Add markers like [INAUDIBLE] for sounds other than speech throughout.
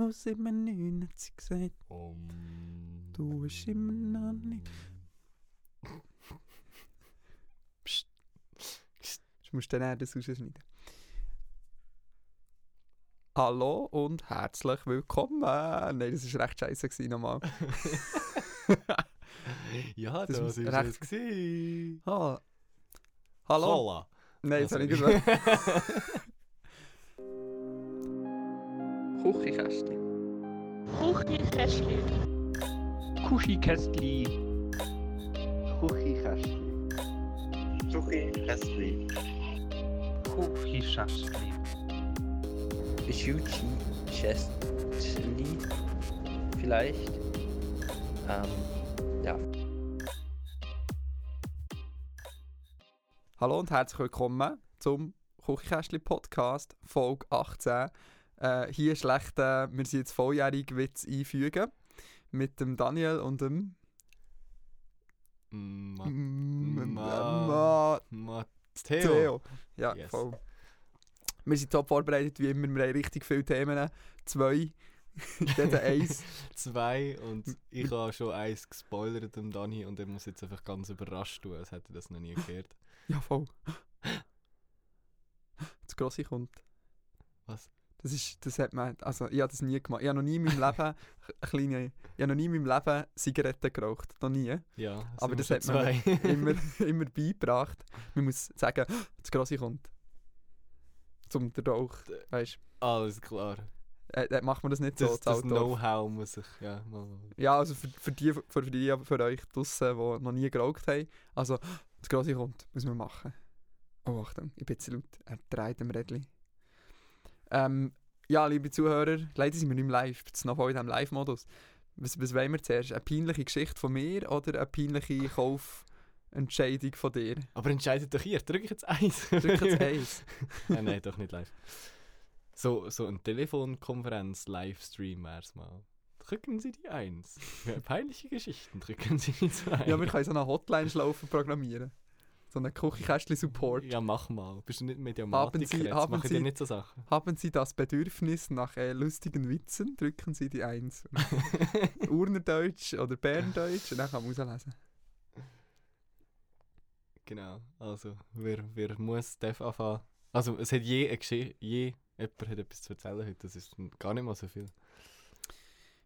aus im Menü, hat sie gesagt. Du bist immer noch nicht. Psst. Du musst dann auch das rausschneiden. Hallo und herzlich willkommen. Nein, das war recht scheiße nochmal. [LAUGHS] ja, Das das, muss das war recht- es. gewesen. Ah. Hallo. Cola. Nein, das Ah, habe ich sorry. gesagt. Kuchikästli. Kuchenkästchen. Kuchikästli. Kuchikästli. Kuchikästli. Kuchikästli. Vielleicht. Ähm, [LAUGHS] Hallo und herzlich willkommen zum Kuchenkästchen Podcast, Folge 18. Äh, hier schlecht, äh, wir sind jetzt volljährig Witz einfügen. Mit dem Daniel und dem [LAUGHS] Ma- M- Ma- Ma- Matteo. Theo. Ja, Yes. voll. Wir sind top vorbereitet, wie immer. Wir haben richtig viele Themen. [LAUGHS] Zwei, dann eins. Zwei und ich habe schon eins gespoilert dem Dani und er muss jetzt einfach ganz überrascht tun, als hätte er das noch nie gehört. Ja, voll. Das Grosse kommt. Was? Das ist, das hat man, also ich habe das nie gemacht. Ich habe noch nie in meinem Leben, [LAUGHS] eine kleine, ich habe noch nie in meinem Leben Zigaretten geraucht. Noch nie. Ja, es Aber sind das schon hat man zwei. Immer, [LAUGHS] [LAUGHS] immer beigebracht. Man muss sagen, das Grosse kommt. Zum den Rauch, weißt Alles klar. du. Äh, äh, macht man das nicht so, Das, das zahlt drauf. Know-how muss ich, ja, mal. Ja, also für, für, die, für, für die für euch draussen, die noch nie geraucht haben, also das Grosse kommt, muss man machen. Oh, Achtung, ich bin zu laut. Er dreht am Rädchen. Ähm, ja, liebe Zuhörer, leider sind wir nicht im Live, jetzt noch voll in diesem Live-Modus. Was, was wollen wir zuerst? Eine peinliche Geschichte von mir oder eine peinliche Kaufentscheidung von dir? Aber entscheidet doch ihr, drück ich jetzt eins. Drück [LAUGHS] jetzt eins. ah, nein, doch nicht live. So, so ein Telefonkonferenz-Livestream wäre es mal. Drücken Sie die Eins. Für Peinliche Geschichten drücken Sie die Zwei. Ja, wir können so eine Hotline-Schlaufe programmieren. So eine [LAUGHS] Küchenkästchen-Support. Ja, mach mal. Bist du nicht Haben Mediamatiker? Sie- Jetzt haben mache ich Sie- dir nicht [LAUGHS] so Sachen. Haben Sie das Bedürfnis nach äh, lustigen Witzen, drücken Sie die 1. Urnerdeutsch oder Berndeutsch, und dann kann man rauslesen. Genau. Also, wer, wer muss, darf anfangen. Also, es hat je eine Geschichte, je jemand hat etwas zu erzählen heute. Das ist gar nicht mal so viel.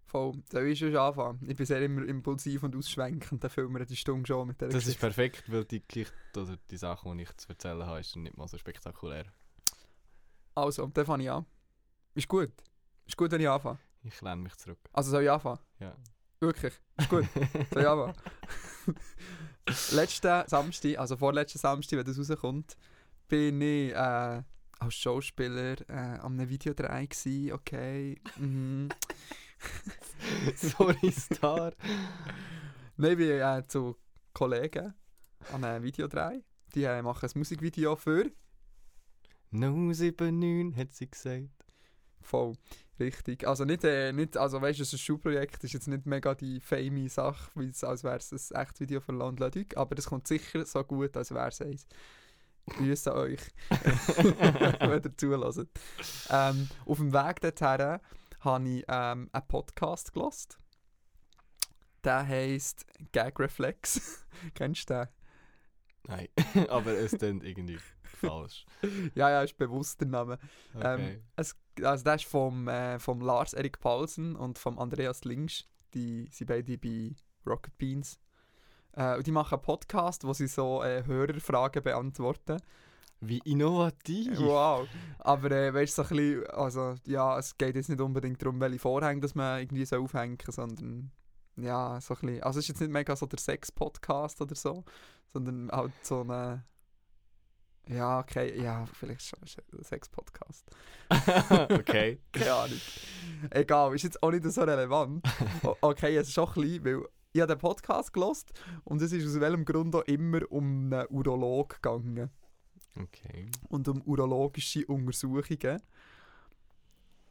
Voll, soll ich schon anfangen? Ich bin sehr immer impulsiv und ausschwenkend, dann füllen wir die Stunde schon mit der Das ist perfekt, weil die Geschichte oder die Sache, die ich zu erzählen habe, ist nicht mal so spektakulär. Also, dann fange ich an. Ist gut. Ist gut, wenn ich anfange. Ich lehne mich zurück. Also soll ich anfangen? Ja. Wirklich. Ist gut. Soll ich [LAUGHS] anfangen? Letzten Samstag, also vorletzten Samstag, wenn das rauskommt, bin ich äh, als Schauspieler äh, an einem Videodreh gsi. okay. [LAUGHS] Mhm. Sorry, Star. Nein, ich bin äh, zu Kollegen an einem Videodreh. Die äh, machen ein Musikvideo für. No 79 hat [LAUGHS] sie gesagt. Voll. Richtig. Also nicht, äh, nicht also weißt du, es ist ein Schulprojekt, ist jetzt nicht mega die fame Sache, weil es als wäre es ein echtes Video von Land Leduc, aber es kommt sicher so gut, als wäre es eins. Grüße an euch, [LAUGHS] wenn ihr zulässt. Ähm, auf dem Weg dorthin habe ich ähm, einen Podcast gelost. Der heisst Gag Reflex. [LAUGHS] Kennst du den? Nein, [LAUGHS] aber es klingt irgendwie falsch. Ja, ja, ist bewusst der Name. Okay. Ähm, es, also das ist vom, äh, vom Lars Erik Paulsen und vom Andreas Links. Die sind beide bei Rocket Beans. Äh, und die machen einen Podcast, wo sie so äh, Hörerfragen beantworten. Wie innovativ. Wow. Aber äh, weißt du, so ein bisschen, also ja, es geht jetzt nicht unbedingt darum, welche Vorhänge dass man irgendwie so aufhängen, sondern ja, so ein bisschen. Also es ist jetzt nicht mega so der Sex-Podcast oder so, sondern halt so eine. Ja, okay, ja, vielleicht schon ein Sex-Podcast. [LAUGHS] okay. Keine Ahnung. Egal, ist jetzt auch nicht so relevant. O- Okay, es ist schon klein, weil ich habe den Podcast gelost und es ist aus welchem Grund auch immer um einen Urolog gegangen Okay. und um urologische Untersuchungen.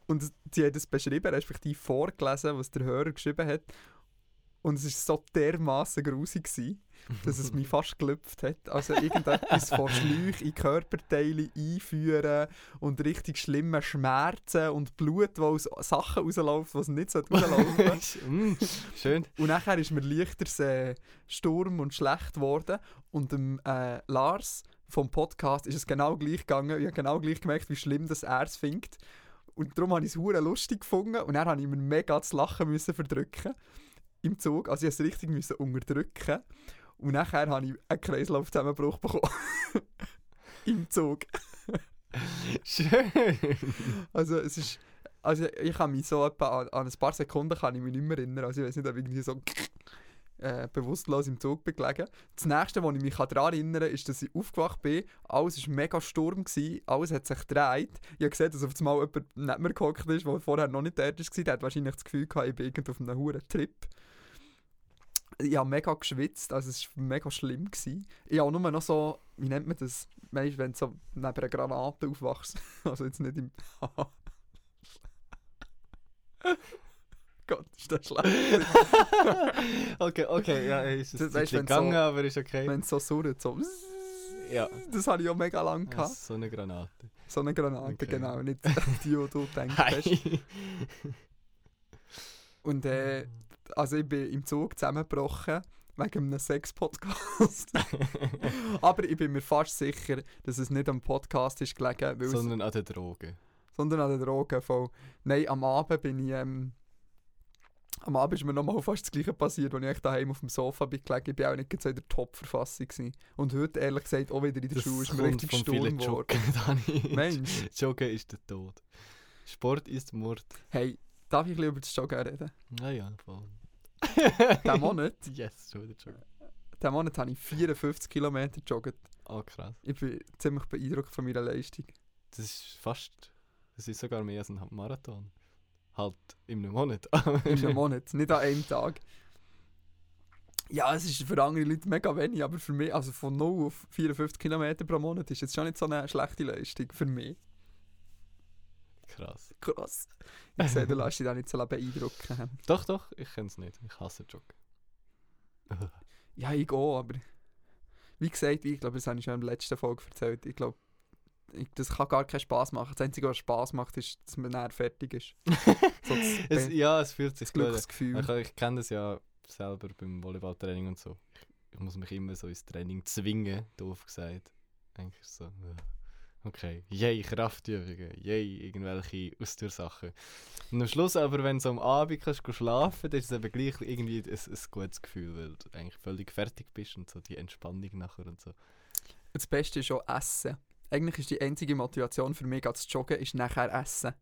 Und sie hat es beschrieben, respektive vorgelesen, was der Hörer geschrieben hat. Und es war so dermaßen grusig, gewesen, dass es [LAUGHS] mich fast gelüpft hat. Also irgendetwas von Schläuch in Körperteile einführen und richtig schlimme Schmerzen und Blut, wo aus Sachen rausläuft, was nicht rauslaufen sollte. Mm, Schön. Und nachher ist mir leichter äh, Sturm und schlecht geworden. Und dem äh, Lars vom Podcast ist es genau gleich gegangen. Ich habe genau gleich gemerkt, wie schlimm das er es findet. Und darum habe ich es hure lustig gefunden. Und dann habe ich mir mega das Lachen müssen verdrücken im Zug. Also ich musste es richtig müssen unterdrücken. Und nachher habe ich einen Kreislaufzusammenbruch bekommen. [LAUGHS] Im Zug. [LAUGHS] Schön. Also es ist... Also ich kann mich so etwa an, an ein paar Sekunden kann ich mich nicht mehr erinnern. Also ich weiß nicht, ob ich irgendwie so äh, bewusstlos im Zug begelegen. Das nächste, woran ich mich daran erinnern kann, ist, dass ich aufgewacht bin. Alles war mega Sturm, gewesen, alles hat sich gedreht. Ich habe gesehen, dass auf einmal jemand neben mir gehockt ist, der vorher noch nicht dort war. Der hat wahrscheinlich das Gefühl gehabt, ich bin irgendwo auf einem hohen Trip. Ich habe mega geschwitzt, also es war mega schlimm. Gewesen. Ich habe nur noch so, wie nennt man das, weißt, wenn du so neben einer Granate aufwachst. [LAUGHS] Also jetzt nicht im... Gott, ist das schlecht. okay, okay, ja, ey, ist es Das ist weißt, wenn's gegangen, so- aber ist okay. Wenn es so surrt, so... Ja. [LAUGHS] Das hatte ich auch mega lange. Das Gehabt. ist so eine Granate. So eine Granate, Okay. genau, nicht [LAUGHS] die, die du denkst. hast. Und äh, also ich bin im Zug zusammengebrochen wegen einem Sex-Podcast. Aber ich bin mir fast sicher, dass es nicht am Podcast ist gelegen, weil sondern, [LAUGHS] Sondern an der Droge. es, sondern an der Drogen. Voll. Nein, am Abend bin ich... Ähm, am Abend ist mir nochmal fast das Gleiche passiert, als ich echt daheim auf dem Sofa bin gelegen. Ich war auch nicht gerade so in der Top-Verfassung. gewesen. Und heute, ehrlich gesagt, auch wieder in der Schule ist mir richtig sturm geworden. Joggen, [LAUGHS] Dani. Mensch. Joggen ist der Tod. Sport ist Mord. Hey, darf ich ein bisschen über das Joggen reden? Naja, voll. Diesen Monat, Yes, schon wieder Joggen. diesen Monat habe ich 54 Kilometer gejoggt. Ah, krass. Ich bin ziemlich beeindruckt von meiner Leistung. Das ist fast. Das ist sogar mehr als ein Marathon. Halt in einem Monat. In In [LAUGHS] einem Monat, nicht an einem Tag. Ja, es ist für andere Leute mega wenig, aber für mich, also von 0 auf 54 Kilometer pro Monat, ist jetzt schon nicht so eine schlechte Leistung. Für mich. Krass. Krass. Ich sehe, du lässt dich da nicht so beeindrucken. Doch, doch, ich kenne es nicht. Ich hasse [LAUGHS] Joggen. Ja, ich gehe, aber... Wie gesagt, ich glaube, das habe ich schon in der letzten Folge erzählt. Ich glaube, ich, das kann gar keinen Spass machen. Das Einzige, was Spass macht, ist, dass man näher fertig ist. So das es, ja, es fühlt sich Das gut an. Glücksgefühl. Ich, ich kenne das ja selber beim Volleyballtraining und so. Ich, ich muss mich immer so ins Training zwingen, doof gesagt. Eigentlich ist es so, äh, okay, yay, Kraftübungen, yay, irgendwelche Ausdauersachen. Und am Schluss aber, wenn du am Abend kannst go schlafen dann ist es eben gleich irgendwie ein, ein gutes Gefühl, weil du eigentlich völlig fertig bist und so die Entspannung nachher und so. Das Beste ist auch Essen. Eigentlich ist die einzige Motivation für mich, gerade zu joggen, ist nachher Essen.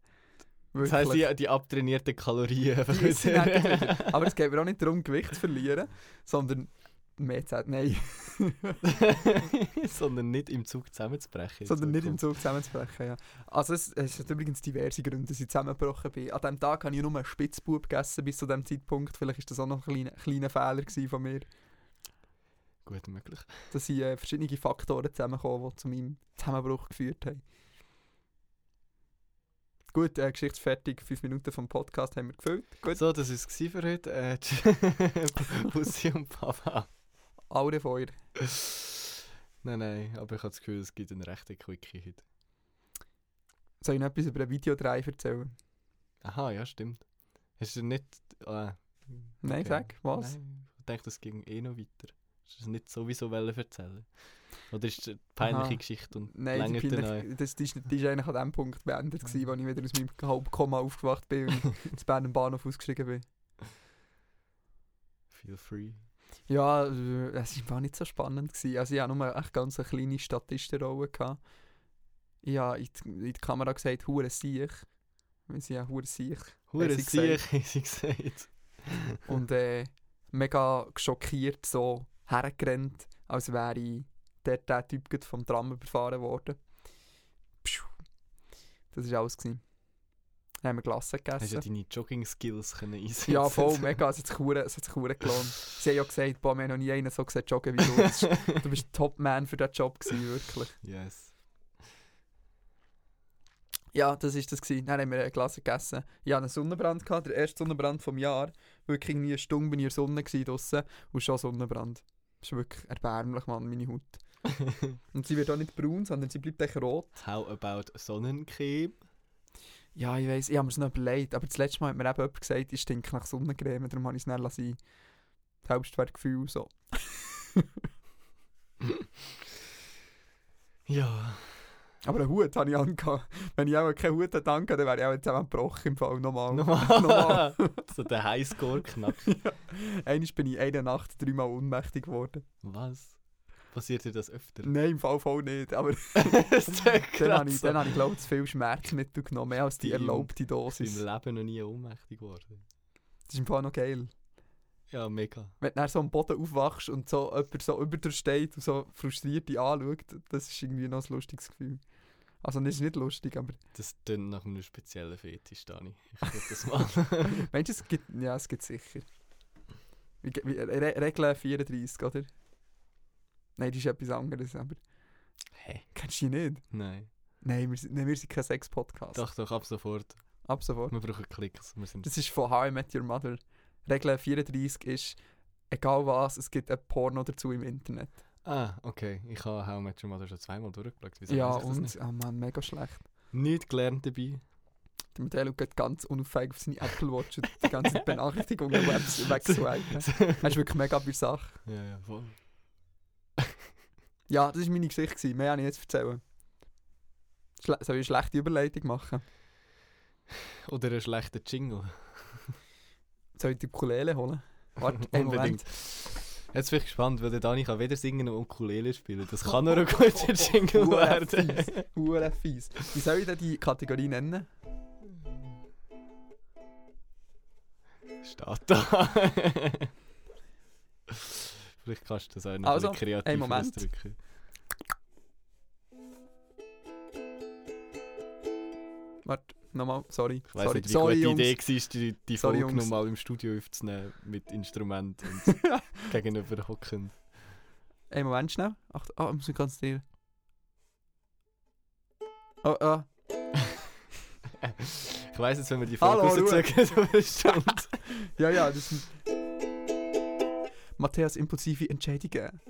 Das heisst, Wirklich. die, die abtrainierten Kalorien einfach Die [LAUGHS] essen wieder. nachher wieder. Aber es geht mir auch nicht darum, Gewicht zu verlieren, sondern mehr Zeit. Nein, Sondern nicht im Zug [LAUGHS] zusammenzubrechen. sondern nicht im Zug zusammenzubrechen. Ja. Also es, es hat übrigens diverse Gründe, dass ich zusammengebrochen bin. An diesem Tag habe ich nur einen Spitzbub gegessen bis zu diesem Zeitpunkt. Vielleicht ist das auch noch ein kleiner, kleiner Fehler gewesen von mir, Gut möglich. dass ich äh, verschiedene Faktoren zusammenkommen, die zu meinem Zusammenbruch geführt haben. Gut, äh, Geschichte fertig. Fünf Minuten vom Podcast haben wir gefüllt. Gut. So, das war es für heute. Äh, [LAUGHS] Pussy und Papa. Aure Feuer. nein, nein, aber ich habe das Gefühl, es gibt einen rechten Quickie heute. Soll ich noch etwas über den Videodrei erzählen? Aha, ja, stimmt. Hast du nicht... Äh, Nein, okay. sag, was? Nein, ich dachte, es ging eh noch weiter. Hast du es nicht sowieso wollen erzählen Oder ist es eine peinliche Aha. Geschichte und Nein, die, länger danach? Peinlich, das, die, ist, die ist eigentlich an dem Punkt beendet, gewesen, als ich wieder aus meinem Halbkoma aufgewacht bin [LAUGHS] und zu Bern am Bahnhof ausgestiegen bin. Feel free. Ja, äh, es war nicht so spannend. Gewesen. Also ich hatte nur echt ganz eine kleine Statistenrolle. Gehabt. Ich habe in die, in die Kamera gesagt, «Hure Siech». Wir sind ja «Hure [LAUGHS] Siech». Hure sie gesagt. [LAUGHS] Sieg, haben sie gesagt. Und äh, mega schockiert so hergerannt, als wäre ich der, der Typ gerade vom Tram überfahren worden. Pschuh. Das war alles. Gewesen. Dann haben wir Glasse Hast du gegessen. ja deine Jogging-Skills können einsetzen Ja, voll, mega. Es hat sich hure- es hat sich hure gelohnt. Sie haben ja gesagt, boah, wir haben noch nie einen so gesehen joggen wie du. [LAUGHS] Das ist- Du bist Top-Man für diesen Job gewesen, wirklich. Yes. Ja, das war das. Gewesen. Dann haben wir eine Klasse gegessen. Ich hatte einen Sonnenbrand, gehabt, der erste Sonnenbrand vom Jahr. Wirklich nie eine Stunde bin ich in der Sonne gewesen draussen und schon Sonnenbrand. Das ist wirklich erbärmlich, Mann, meine Haut. Und sie wird auch nicht braun, sondern sie bleibt echt rot. How about Sonnencreme? Ja, ich weiss, ich habe mir es noch überlegt, aber das letzte Mal hat mir eben jemand gesagt, ich stinke nach Sonnencreme, darum habe ich es dann sein. Selbstwertgefühl so. Ja. [LAUGHS] Aber einen Hut habe ich angehabt. Wenn ich auch keinen Hut hätte angehabt, dann wäre ich auch jetzt zusammengebrochen im Fall, nochmal. [LAUGHS] Nochmal. so der Highscore knapp. Einmal bin ich eine Nacht dreimal ohnmächtig geworden. Was? Passiert dir das öfter? [LAUGHS] Nein, im Fall voll nicht, [LAUGHS] aber das ist ja dann krass. habe ich, dann habe ich glaube ich, zu viel Schmerzmittel genommen, mehr als die Stimmt. erlaubte Ich bin Dosis. im Leben noch nie ohnmächtig geworden. Das ist im Fall noch geil. Ja, mega. Wenn du dann so am Boden aufwachst und so jemand so über dir steht und so frustriert dich anschaut, das ist irgendwie noch ein lustiges Gefühl. Also das ist nicht lustig, [LAUGHS] aber Das tönt nach einem speziellen Fetisch, Dani. Ich würde [LAUGHS] das mal. Meinst du, es gibt. Ja, es gibt sicher. Wie, ge- wie, Re Regel 34, oder? Nein, das ist etwas anderes, aber. Hä? Kennst du die nicht? Nein. Nein, wir, sind- nein, wir sind kein Sex-Podcast. Doch, doch, ab sofort. Ab sofort. Wir brauchen Klicks. Wir sind Das ist von How I Met Your Mother. Regel 34 ist, egal was, es gibt ein Porno dazu im Internet. Ah, okay. Ich habe How I Met Your Mother schon zweimal durchgeblickt. Wieso ja, weiss ich das und. Nicht? Ah, Mann, mega schlecht. nicht gelernt dabei. Der Mattel geht ganz unauffällig auf seine Apple Watch und [LAUGHS] die [LAUGHS] ganze Benachrichtigung wegswipen. Er ist wirklich mega bei der Sache. ja, ja, voll. Ja, das war meine Geschichte. gewesen. Mehr habe ich jetzt erzählen. Schle soll ich eine schlechte Überleitung machen? [LAUGHS] Oder einen schlechten Jingle. Soll ich die Ukulele holen? [LAUGHS] Warte, einen Moment. Unbedingt. Jetzt bin ich gespannt, weil der Dani kann weder singen noch Ukulele spielen. [LAUGHS] Das kann nur ein guter Jingle Hure werden. Hure fies. Wie soll ich denn die Kategorie nennen? Steht da. [LAUGHS] Vielleicht kannst du das auch noch Also, ein bisschen kreativ einen Moment. ausdrücken. Warte, nochmal, sorry. Ich weiss Sorry, nicht, wie sorry, gute Jungs. [LAUGHS] Idee war, die, die Sorry, Folge Jungs. nochmal im Studio aufzunehmen mit Instrument und gegenüber hocken. Einen Moment schnell. Ach, ah, ich muss mich konzentrieren. Oh, ah. [LAUGHS] Ich weiss jetzt, wenn wir die Folge Hallo, Ruhe. rauszögern, [LAUGHS] so eine Stunde. [LAUGHS] Ja, ja, das sind. Matthäus impulsive Entschädigungen.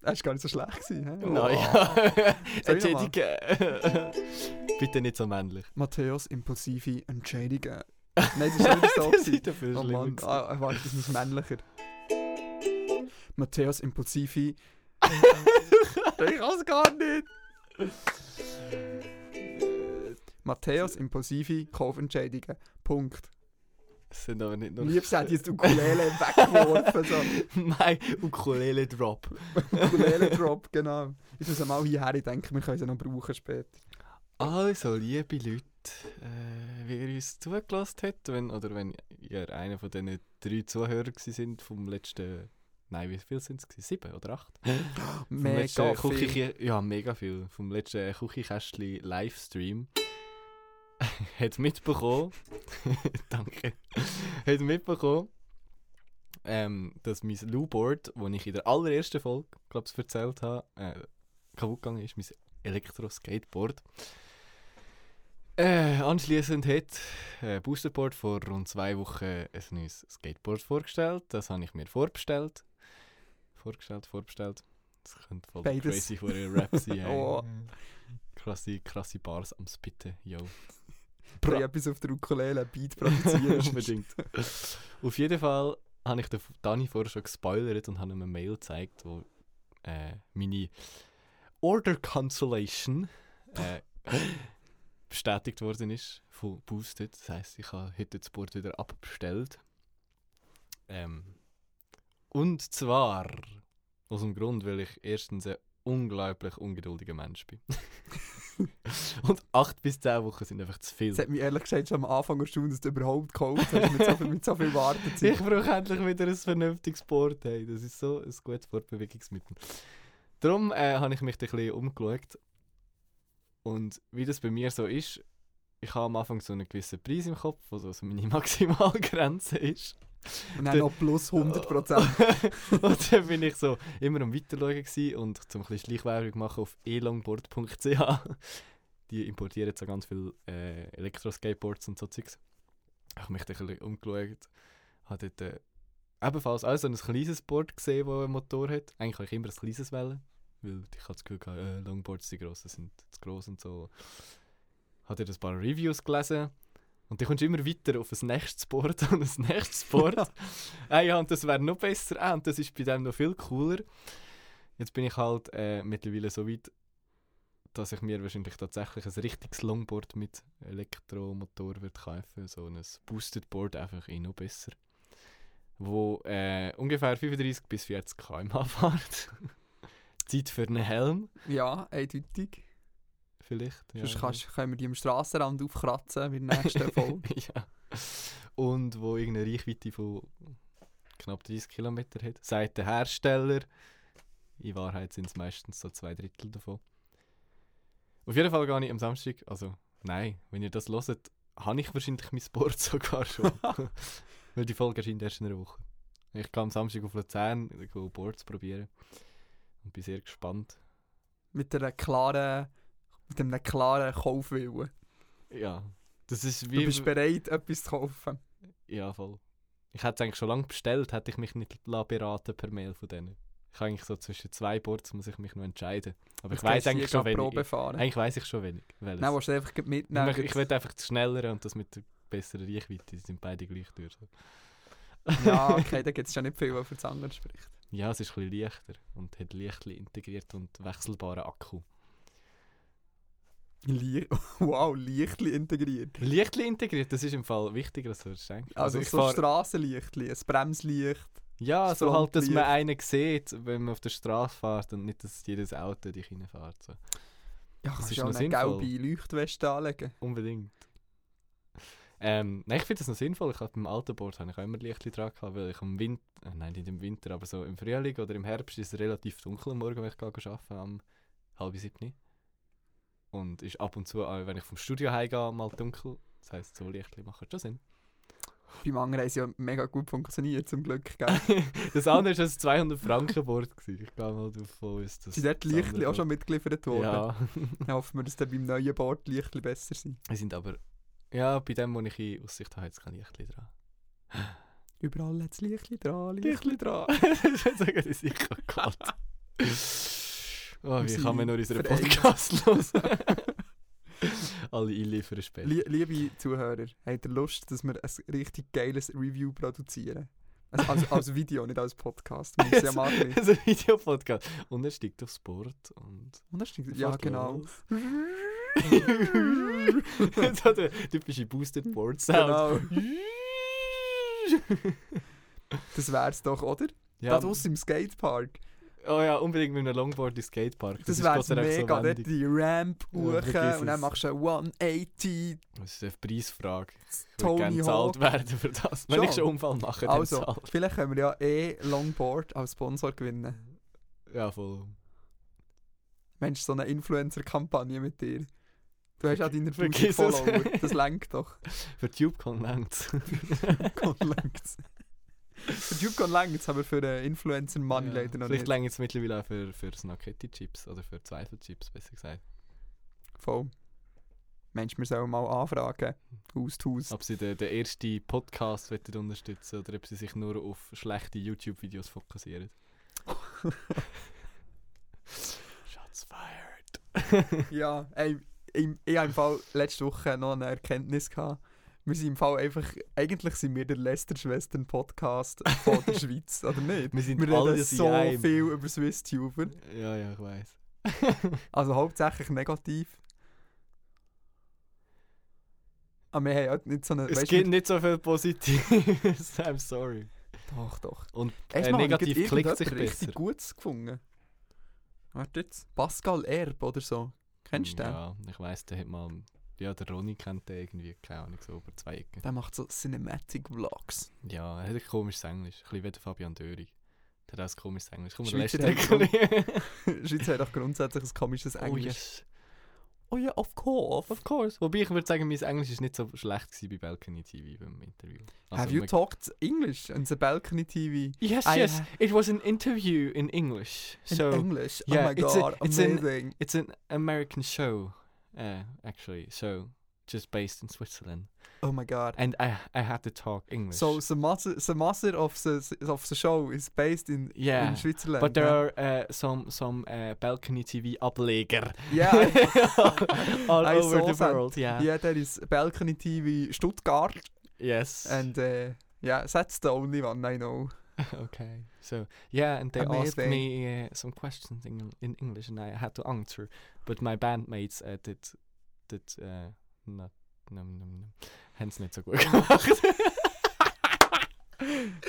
Das war gar nicht so schlecht. Gewesen, hä? [LAUGHS] Oh. Naja. Soll ich noch mal? Entschädigen. [LAUGHS] Bitte nicht so männlich. Matthäus impulsive Entschädigungen. Nein, das war nicht so. [LAUGHS] Das gewesen. ist dafür Oh schlimm. Mann, ah, ah, warte, das muss männlicher. Matthäus Impulsivi. ich kann es gar nicht. Matthäus Impulsivi, Kaufentscheidungen. Punkt. Es sind aber nicht nur... Liebst [LAUGHS] hätte ich jetzt die Ukulele weggeworfen. So. Nein, Ukulele-Drop. Ukulele-Drop, genau. Ich muss mal hierher, ich denke, wir können sie noch brauchen später. Also, liebe Leute, äh, wer uns zugelassen hat, wenn, oder wenn ihr einer von diesen drei Zuhörern gsi sind vom letzten... Nein, wie viel sind es? Sieben oder acht? Vom Mega letzten viel. Küche, eh, ja, mega viel. Vom letzten Küchenkästchen eh, Livestream [LAUGHS] hat [LAUGHS] mitbekommen. Danke. hat mitbekommen, ähm, dass mein Lowboard, das ich in der allerersten Folge, glaube ich, erzählt habe, äh, kaputt gegangen ist, mein Elektro-Skateboard. Äh, anschließend hat äh, Boosterboard vor rund zwei Wochen ein neues Skateboard vorgestellt. Das habe ich mir vorbestellt. Vorgestellt, vorbestellt. Das könnte voll Beides. crazy für einen Rap [LAUGHS] sein. ey. Oh. Krasse, krasse Bars am Spitten, yo. Ich habe etwas auf der Ukulele, ein Beat [LAUGHS] produzieren. Unbedingt. Auf jeden Fall habe ich den F- Dani vorher schon gespoilert und habe ihm eine Mail gezeigt, wo äh, meine Order Cancellation äh, bestätigt worden ist von Boosted. Das heisst, ich habe heute das Board wieder abbestellt. Ähm, und zwar aus dem Grund, weil ich erstens ein unglaublich ungeduldiger Mensch bin. [LAUGHS] und 8 bis 10 Wochen sind einfach zu viel. Es hat mich ehrlich gesagt schon am Anfang erstaunt, dass du überhaupt gekauft hast, mit so viel, mit so viel Wartezeit. [LAUGHS] Ich brauche endlich wieder ein vernünftiges Board. Hey. Das ist so ein gutes Fortbewegungsmittel. Darum äh, habe ich mich ein bisschen umgeschaut. Und wie das bei mir so ist, ich habe am Anfang so einen gewissen Preis im Kopf, der so meine [LAUGHS] Maximalgrenze ist. Und dann noch plus 100%. [LAUGHS] und dann bin ich so immer am Weiterschauen gewesen und zum ein bisschen Schleichwerbung machen auf elongboard.ch die importieren jetzt auch ganz viel äh, Elektroskateboards und so Zeugs. Ich habe mich da ein bisschen umgeschaut. Habe dort äh, ebenfalls auch so ein kleines Board gesehen, das einen Motor hat. Eigentlich habe ich immer ein kleines Wellen, weil ich hatte das Gefühl, gehabt, äh, Longboards, die grossen, sind zu gross und so. Habe dort ein paar Reviews gelesen. Und dann kommst du immer weiter auf ein nächstes Board [LAUGHS] und ein nächstes [LAUGHS] Board. ah ja, und das wäre noch besser. Ah, und das ist bei dem noch viel cooler. Jetzt bin ich halt äh, mittlerweile so weit, dass ich mir wahrscheinlich tatsächlich ein richtiges Longboard mit Elektromotor wird kaufen So ein Boosted Board, einfach eh noch besser. Wo äh, ungefähr 35 bis 40 km/h [LAUGHS] fährt. Zeit für einen Helm, Ja, eindeutig. vielleicht. Sonst ja. kannst, können wir die am Strassenrand aufkratzen mit der [LAUGHS] nächsten Folge. ja. Und wo irgendeine Reichweite von knapp 30 Kilometer hat, sagt der Hersteller. In Wahrheit sind es meistens so zwei Drittel davon. Auf jeden Fall gehe ich am Samstag, also nein, wenn ihr das hört, habe ich wahrscheinlich mein Board [LAUGHS] [LAUGHS] sogar schon. Weil die Folge erscheint erst in einer Woche. Ich gehe am Samstag auf Luzern, gehe Boards probieren und bin sehr gespannt. mit einer klaren, mit einem klaren Kaufwillen. Ja, das ist wie... Du bist bereit, etwas zu kaufen. Ja, voll. Ich hätte es eigentlich schon lange bestellt, hätte ich mich nicht la- beraten per Mail von denen. Ich habe eigentlich so zwischen zwei Boards muss ich mich noch entscheiden. Aber ich Jetzt weiß kannst du eigentlich die schon gerade wenig. Probe Ich- fahren. Eigentlich weiß ich schon wenig. Welches. Nein, willst du einfach gleich ich mitnehmen? möchte- ich will einfach das Schnellere und das mit der besseren Reichweite. Die sind beide gleich teuer. so. [LAUGHS] ja, okay, da gibt es schon nicht viel, was für das andere spricht. [LAUGHS] Ja, es ist ein bisschen leichter und hat Lichtli integriert und wechselbaren Akku. Lie [LAUGHS] wow, Lichtli integriert. Lichtli integriert, das ist im Fall wichtiger, als du würdest denken. Also, ich so fahr- Strassenlichtli, ein Bremslicht. Ja, das so halt, dass man Frontlicht. einen sieht, wenn man auf der Straße fährt und nicht, dass jedes Auto dich reinfährt. So. Ja, kannst ist du auch noch eine sinnvoll. gelbe Leuchtweste anlegen. Unbedingt. Ähm, nein, ich finde das noch sinnvoll. Ich habe beim alten Board habe ich auch immer Lichtli dran gehabt, weil ich im Winter, äh, nein, nicht im Winter, aber so im Frühling oder im Herbst ist es relativ dunkel am Morgen, wenn ich arbeite, am halb sieben. Und ist ab und zu, auch wenn ich vom Studio heimgehe, mal dunkel. Das heisst, so Lichtli machen schon Sinn. [LAUGHS] Beim anderen haben sie ja mega gut funktioniert, zum Glück. [LAUGHS] Gell? Das andere war ein 200 Franken Board. gewesen. Ich gehe mal davon aus, dass... sind dort das Lichtli andere auch schon mitgeliefert worden? Board- Ja. Dann hoffen wir, dass dann beim neuen Board Lichtli besser sind. Die sind aber... Ja, bei dem, wo ich in Aussicht habe, hat es kein Lichtli dran. Überall hat es Lichtli dran. Lichtli [LAUGHS] dran. Sagen die sicher Gott. Oh, Wir wie sind kann man nur unseren vereint. Podcast hören? [LAUGHS] Alle einliefern später. Lie liebe Zuhörer, habt ihr Lust, dass wir ein richtig geiles Review produzieren? Also als, als Video, nicht als [LAUGHS] Podcast. Wir müssen ja mal ein bisschen- [LAUGHS] also Videopodcast. Und er steigt aufs Board [LAUGHS] und. [LAUGHS] Und das stimmt. Ja, fährt genau. los. so der typische Boosted Board Genau. Sound. [LAUGHS] [LAUGHS] Das wär's doch, oder? ja, Da draussen im Skatepark. oh ja, unbedingt mit einem Longboard in Skatepark. Das, ist Gott wär's sei Dank so mega. dort wendig. die Ramp Ja, hoch äh, vergiss und dann es. machst du eine 180 Das ist eine Preisfrage. Ich würde gerne Tony gezahlt Hawk. werden für das. Wenn ich Schon. schon einen Unfall mache, dann Also, zahlt. vielleicht können wir ja eh Longboard als Sponsor gewinnen. Ja, voll. Mensch, so eine Influencer-Kampagne mit dir. Du hast ja deine 1000 Vergiss es. Follower. Das lenkt doch. [LAUGHS] Für [LAUGHS] TubeCon längt Jukon Langs. Für Jukon Langs haben wir für äh, Influencer Money leider noch Vielleicht nicht. längt es mittlerweile auch für, für Snacketti-Chips oder für Zweifel-Chips, besser gesagt. Voll. Mensch, wir sollen mal anfragen. Haus zu Haus. Ob sie den, den ersten Podcast wollen unterstützen oder ob sie sich nur auf schlechte YouTube-Videos [LAUGHS] fokussieren. Shots fired. ja, ey, ich, ich habe im Fall letzte Woche noch eine Erkenntnis gehabt. Wir sind im Fall einfach, eigentlich sind wir der Lester-Schwestern Podcast von [LAUGHS] der Schweiz, oder nicht? Wir sind Wir alle reden so daheim. viel über SwissTuber. Ja, ja, ich weiß. Also hauptsächlich negativ. Aber wir haben halt nicht so eine... Es weisst gibt du, nicht so viel Positives. [LAUGHS] I'm sorry. Doch, doch. Und Hast äh, du mal negativ irgendjemand klickt sich richtig besser. Gutes gefunden? Warte jetzt. Pascal Erb oder so. Kennst du den? Hm, Mm, Ja, ich weiss, der hat mal. Ja, der Ronny kennt den irgendwie, keine Ahnung, so über zwei Ecken. Der macht so Cinematic Vlogs. Ja, er hat ein komisches Englisch. Ein bisschen wie der Fabian Döring. Der hat auch ein komisches Englisch. Komm, der Schweizer lässt [LAUGHS] ein Schweizer hat auch grundsätzlich ein komisches [LAUGHS] [LAUGHS] Oh Englisch. yes, Oh ja, of course. of course. Wobei ich würde sagen, mein Englisch ist nicht so schlecht gewesen bei Balcony TV beim Interview. Also, Have you man- talked English on the balcony TV Yes, I yes. ha- It was an interview in English. in So English? yeah, oh my it's a- god, it's an- amazing. it's an American show. uh, actually. So just based in Switzerland, Oh my god. and I I had to talk English. So the master, the master of the of the show is based in yeah. in Switzerland. but there yeah. are uh, some some uh, balcony TV ableger Yeah, [LAUGHS] [LAUGHS] I- all I over saw the that. world. Yeah. Yeah, there is Balcony TV Stuttgart, Yes. and uh, yeah, that's the only one I know. [LAUGHS] okay. So yeah, and they asked Amazing. me uh, some questions in, in English, and I had to answer. But my bandmates uh, did did uh, not no no no, haben's nicht [LAUGHS] so gut gemacht.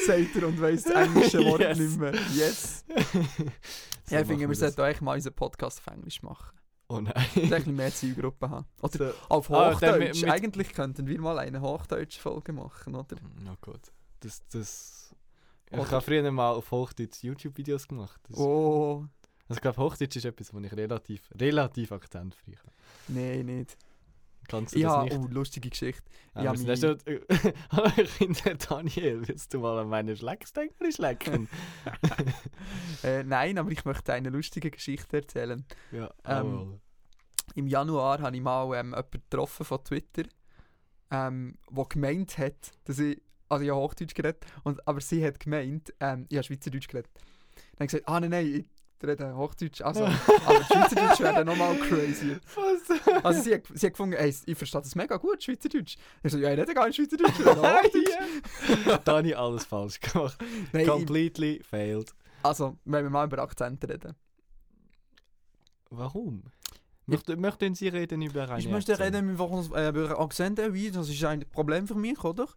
Sagt er und weiss das englische [LAUGHS] Wort nicht mehr. Yes. So ja, ich finde, machen wir das. sollten eigentlich mal unseren Podcast auf Englisch machen. [LAUGHS] Oh Dass wir ein nein. bisschen mehr Zielgruppen haben. Oder So- auf Ah, Hochdeutsch. dann mit- mit- eigentlich könnten wir mal eine hochdeutsche Folge machen, oder? Oh Gott. Das, das. Oder- Ich habe früher mal auf Hochdeutsch YouTube-Videos gemacht. Das, Oh, Also ich glaube, Hochdeutsch ist etwas, wo ich relativ, relativ akzentfrei kann. nee, nicht. Kannst du Ja, das nicht? oh, lustige Geschichte. Ah, ja, wir sind ja schon- Hallo, [LAUGHS] ich bin der Daniel, willst du mal an meine Schlecksdenker [LAUGHS] schlecken? Äh, nein, aber ich möchte eine lustige Geschichte erzählen. ja, Ähm, jawohl. Im Januar habe ich mal ähm, jemanden getroffen von Twitter, ähm, der gemeint hat, dass ich. Also ich habe Hochdeutsch geredet, und, aber sie hat gemeint, ähm, ich habe Schweizerdeutsch geredet. Dann habe ich gesagt, ah nein, nein, ich rede Hochdeutsch. Also, [LAUGHS] aber Schweizerdeutsch wäre dann nochmal crazier. Was? Also sie hat, sie hat gefunden, hey, ich verstehe das mega gut, Schweizerdeutsch. Ich so, ja, ich rede gar nicht Schweizerdeutsch, ich [LAUGHS] rede Hochdeutsch. [LAUGHS] Ja. Dani, alles falsch gemacht. nein, ich, Completely failed. also, wenn wir mal über Akzente reden. Warum? Möchten, möchten Sie reden über eine Ich möchte Akzent? reden über, uns- äh, über Akzente, wie, das ist ein Problem für mich, oder?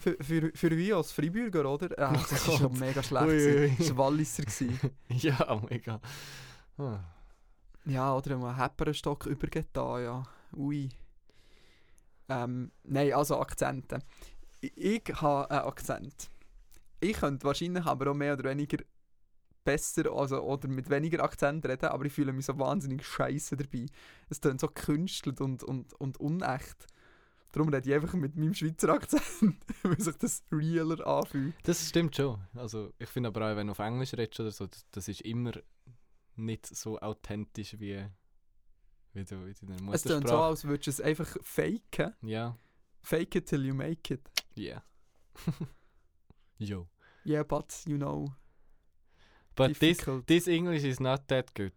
Für, für, für wie als Freiburger, oder? Oh Ah, das war schon mega schlecht. Ui, gewesen. ui, ui. Das war Walliser. gewesen. [LAUGHS] Ja, mega. Ah. Ja, oder einen Hepperenstock übergetan, ja. Ui. Ähm, nein, also Akzente. I- Ich habe einen Akzent. Ich könnte wahrscheinlich aber auch mehr oder weniger besser also, oder mit weniger Akzent reden, aber ich fühle mich so wahnsinnig scheiße dabei. Es klingt so gekünstelt und, und, und unecht. Darum rede ich einfach mit meinem Schweizer Akzent, [LAUGHS] weil sich das realer anfühlt. Das stimmt schon. Also ich finde aber auch, wenn du auf Englisch redest oder so, das, das ist immer nicht so authentisch wie, wie du in deiner Es klingt so, Muttersprache. als würdest du es einfach faken. Ja, Fake it till you make it. yeah. [LAUGHS] Yo. Yeah, but you know. But this, difficult. this English is not that good.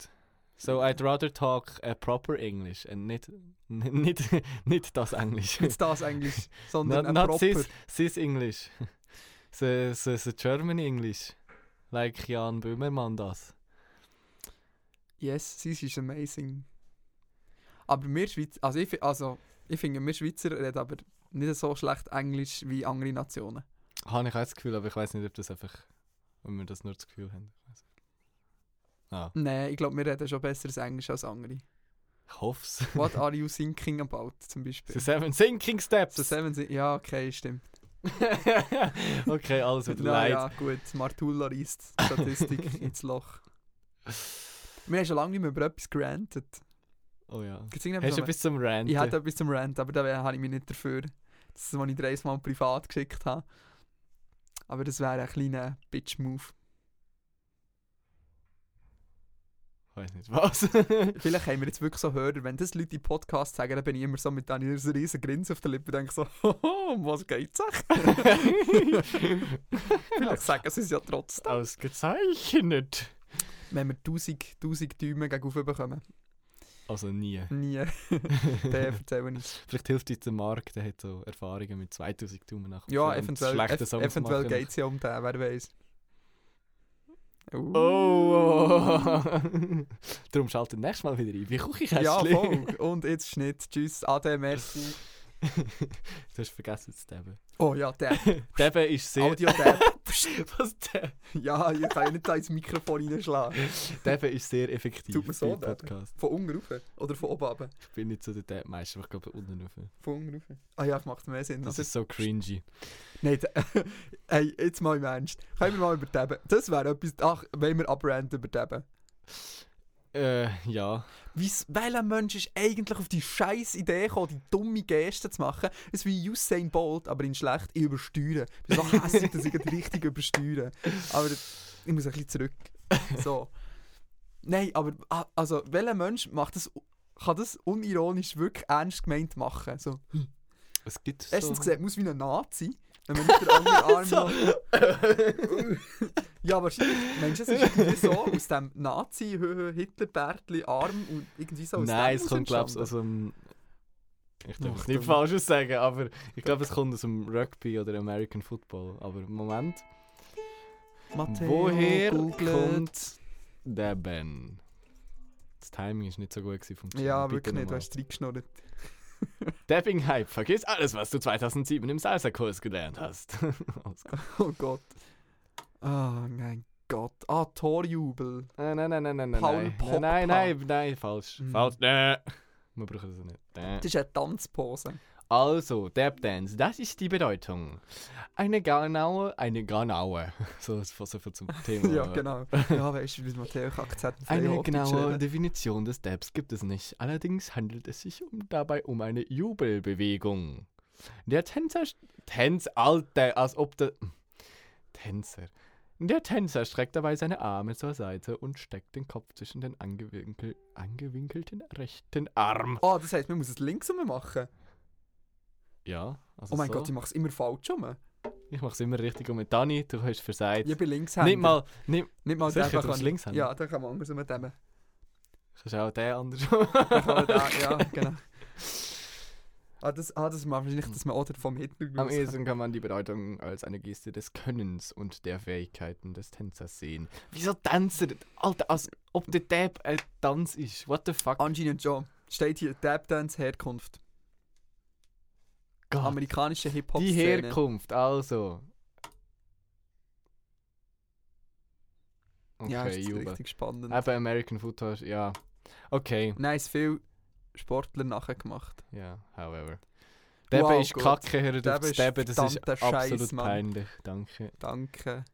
So I'd rather talk a proper English and [LAUGHS] nicht, n- nicht, nicht das Englisch. Nicht das Englisch, sondern not ein not proper. this, this English. [LAUGHS] The, the, the German English. Like Jan Böhmermann das. Yes, sie ist amazing. Aber wir Schweizer, also ich, fi- also ich finde, wir Schweizer reden aber nicht so schlecht Englisch wie andere Nationen. Habe ich auch das Gefühl, aber ich weiß nicht, ob das einfach, ob wir das nur das Gefühl haben. Ich weiss nicht. Ah, Nein, ich glaube, wir reden schon besseres Englisch als andere. ich hoffe [LAUGHS] es. What are you thinking about, zum [LAUGHS] Beispiel? The Seven Sinking Steps. So seven, si- ja, okay, stimmt. [LAUGHS] okay, alles wird Na, leid. ja, gut, Martulla reist die [LAUGHS] Statistik ins Loch. Wir haben schon lange nicht mehr über etwas gerantet. Oh ja. Gibt's irgendetwas, was Hast du wir- etwas zum Rant? Ich hatte etwas zum Rant, aber da habe ich mich nicht dafür. Das ist, was ich dreimal privat geschickt habe. Aber das wäre ein kleiner Bitch-Move. Ich weiß nicht was. Vielleicht haben wir jetzt wirklich so Hörer, wenn das Leute im Podcast sagen, dann bin ich immer so mit einem riesen Grinsen auf der Lippe und denke so, [LAUGHS] «Hoho, um was geht's euch? [LAUGHS] Vielleicht [LAUGHS] sagen sie es ja trotzdem. Ausgezeichnet. Wenn wir 1000, 1000 Däume gegenüber bekommen. [LAUGHS] Also nie. Nie. Dann erzählen ich. Vielleicht hilft uns der Markt, der hat so Erfahrungen mit 2000 Daumen nach Ja, und eventuell, schlechten ev Songs eventuell machen. geht es ja um den, wer weiß. Oh, oh, oh. Darum schaltet nächstes Mal wieder ein. Wie gucke ich Ja, Häschli? voll. Und jetzt Schnitt. Tschüss, ade, merci. [LAUGHS] du hast vergessen zu dabben. Oh ja, der Dabben ist sehr... Audio-Tab. Was der? [LAUGHS] ja, ich kann ja nicht da ins Mikrofon reinschlagen. Dabben ist sehr effektiv. Tut mir so beim dabben. Podcast. Von unten rauf. Oder von oben runter. Ich bin nicht so der Dabmeister, aber ich glaube unten rauf. Von unten rauf. Ah ja, das macht mehr Sinn. Das oder? ist so cringy. Nein, da- [LAUGHS] hey, jetzt mal im Ernst. Können wir mal über Tabben? Das wäre etwas... Ach, wenn wir abranten über Tabben. Äh, ja. Weiss, welcher Mensch ist eigentlich auf die scheiß Idee gekommen, die dumme Geste zu machen? Es ist wie Usain Bolt, aber in schlecht. Ich übersteuere. Ich bin so hässlich, dass ich gerade richtig [LAUGHS] übersteuere. Aber ich muss ein [LAUGHS] bisschen zurück. So. Nein, aber ah, also, welcher Mensch macht das, kann das unironisch wirklich ernst gemeint machen. So. Es gibt so... Erstens sieht man aus wie ein Nazi, wenn man mit der [LAUGHS] anderen Arm noch... Ja, wahrscheinlich. Meinst du, es ist irgendwie so aus dem nazi hitler bärtli arm und irgendwie so aus dem Nein, es raus kommt, glaube ich, aus entstanden? dem. Ich darf Ach, es dumm. nicht falsches sagen, aber ich glaube, es kommt aus dem Rugby oder American Football. Aber Moment. Ah, Matteo Woher googelt. kommt der Ben? Das Timing ist nicht so gut gewesen vom Timing. Ja, wirklich Bitte nicht, du nochmal. hast reingeschnurrt. [LAUGHS] Dabbing Hype, vergiss alles, was du 2007 im Salsa-Kurs gelernt hast. [LAUGHS] Alles gut. Oh Gott. Ah, mein Gott. Ah, Torjubel. Äh, nein, nein, nein, nein, nein. Paul nein. Popper. Nein, nein, nein, nein, falsch. Mhm. Falsch. Nein. Wir brauchen das nicht. Nein. Das ist eine Tanzpose. Also, Dab Dance, das ist die Bedeutung. Eine Garnaue, eine Garnaue. [LAUGHS] So ist fast einfach zum Thema. Ja, genau. Ja, weißt du, wie Matteo Akzent [LAUGHS] Eine genaue Definition des Dabs gibt es nicht. Allerdings handelt es sich um, dabei um eine Jubelbewegung. Der Tänzer. st- Tänz, Alter, als ob der. [LAUGHS] Tänzer. Der Tänzer streckt dabei seine Arme zur Seite und steckt den Kopf zwischen den angewinkel, angewinkelten rechten Arm. Ah, das heisst, man muss es links rum machen. Ja, also Oh mein so. Gott, ich mache es immer falsch rum. Ich mach's immer richtig und mit Dani, du hast versagt. Ich bin links Nicht mal, nicht, Nicht mal Sicher, den, den du kann bist ich- Linkshänder. Ja, dann kann man anders rumdämmen. kannst auch den [LAUGHS] anders. Aber da, [LAUGHS] [LAUGHS] ja, genau. Ah, das, ah, das ist wahrscheinlich, dass man oder vom Hintergrund Am aus- ehesten kann man die Bedeutung als eine Geste des Könnens und der Fähigkeiten des Tänzers sehen. Wieso Tänzer? Alter, als ob der Dab ein Tanz ist. What the fuck? Anscheinend schon. Steht hier Tap Dance Herkunft. Gott, Amerikanische Hip-Hop. Ah. die Herkunft, also. Okay, Äh. ja, das ist Juba. richtig spannend. Eben American Football, ja. Okay, Nein, es viel Sportler nachher gemacht. ja, however. Deben Wow, ist Gott. kacke, hört Deben auf zu ist Deben, das ist verdammter Scheiß, absolut Mann. peinlich. Danke. Danke.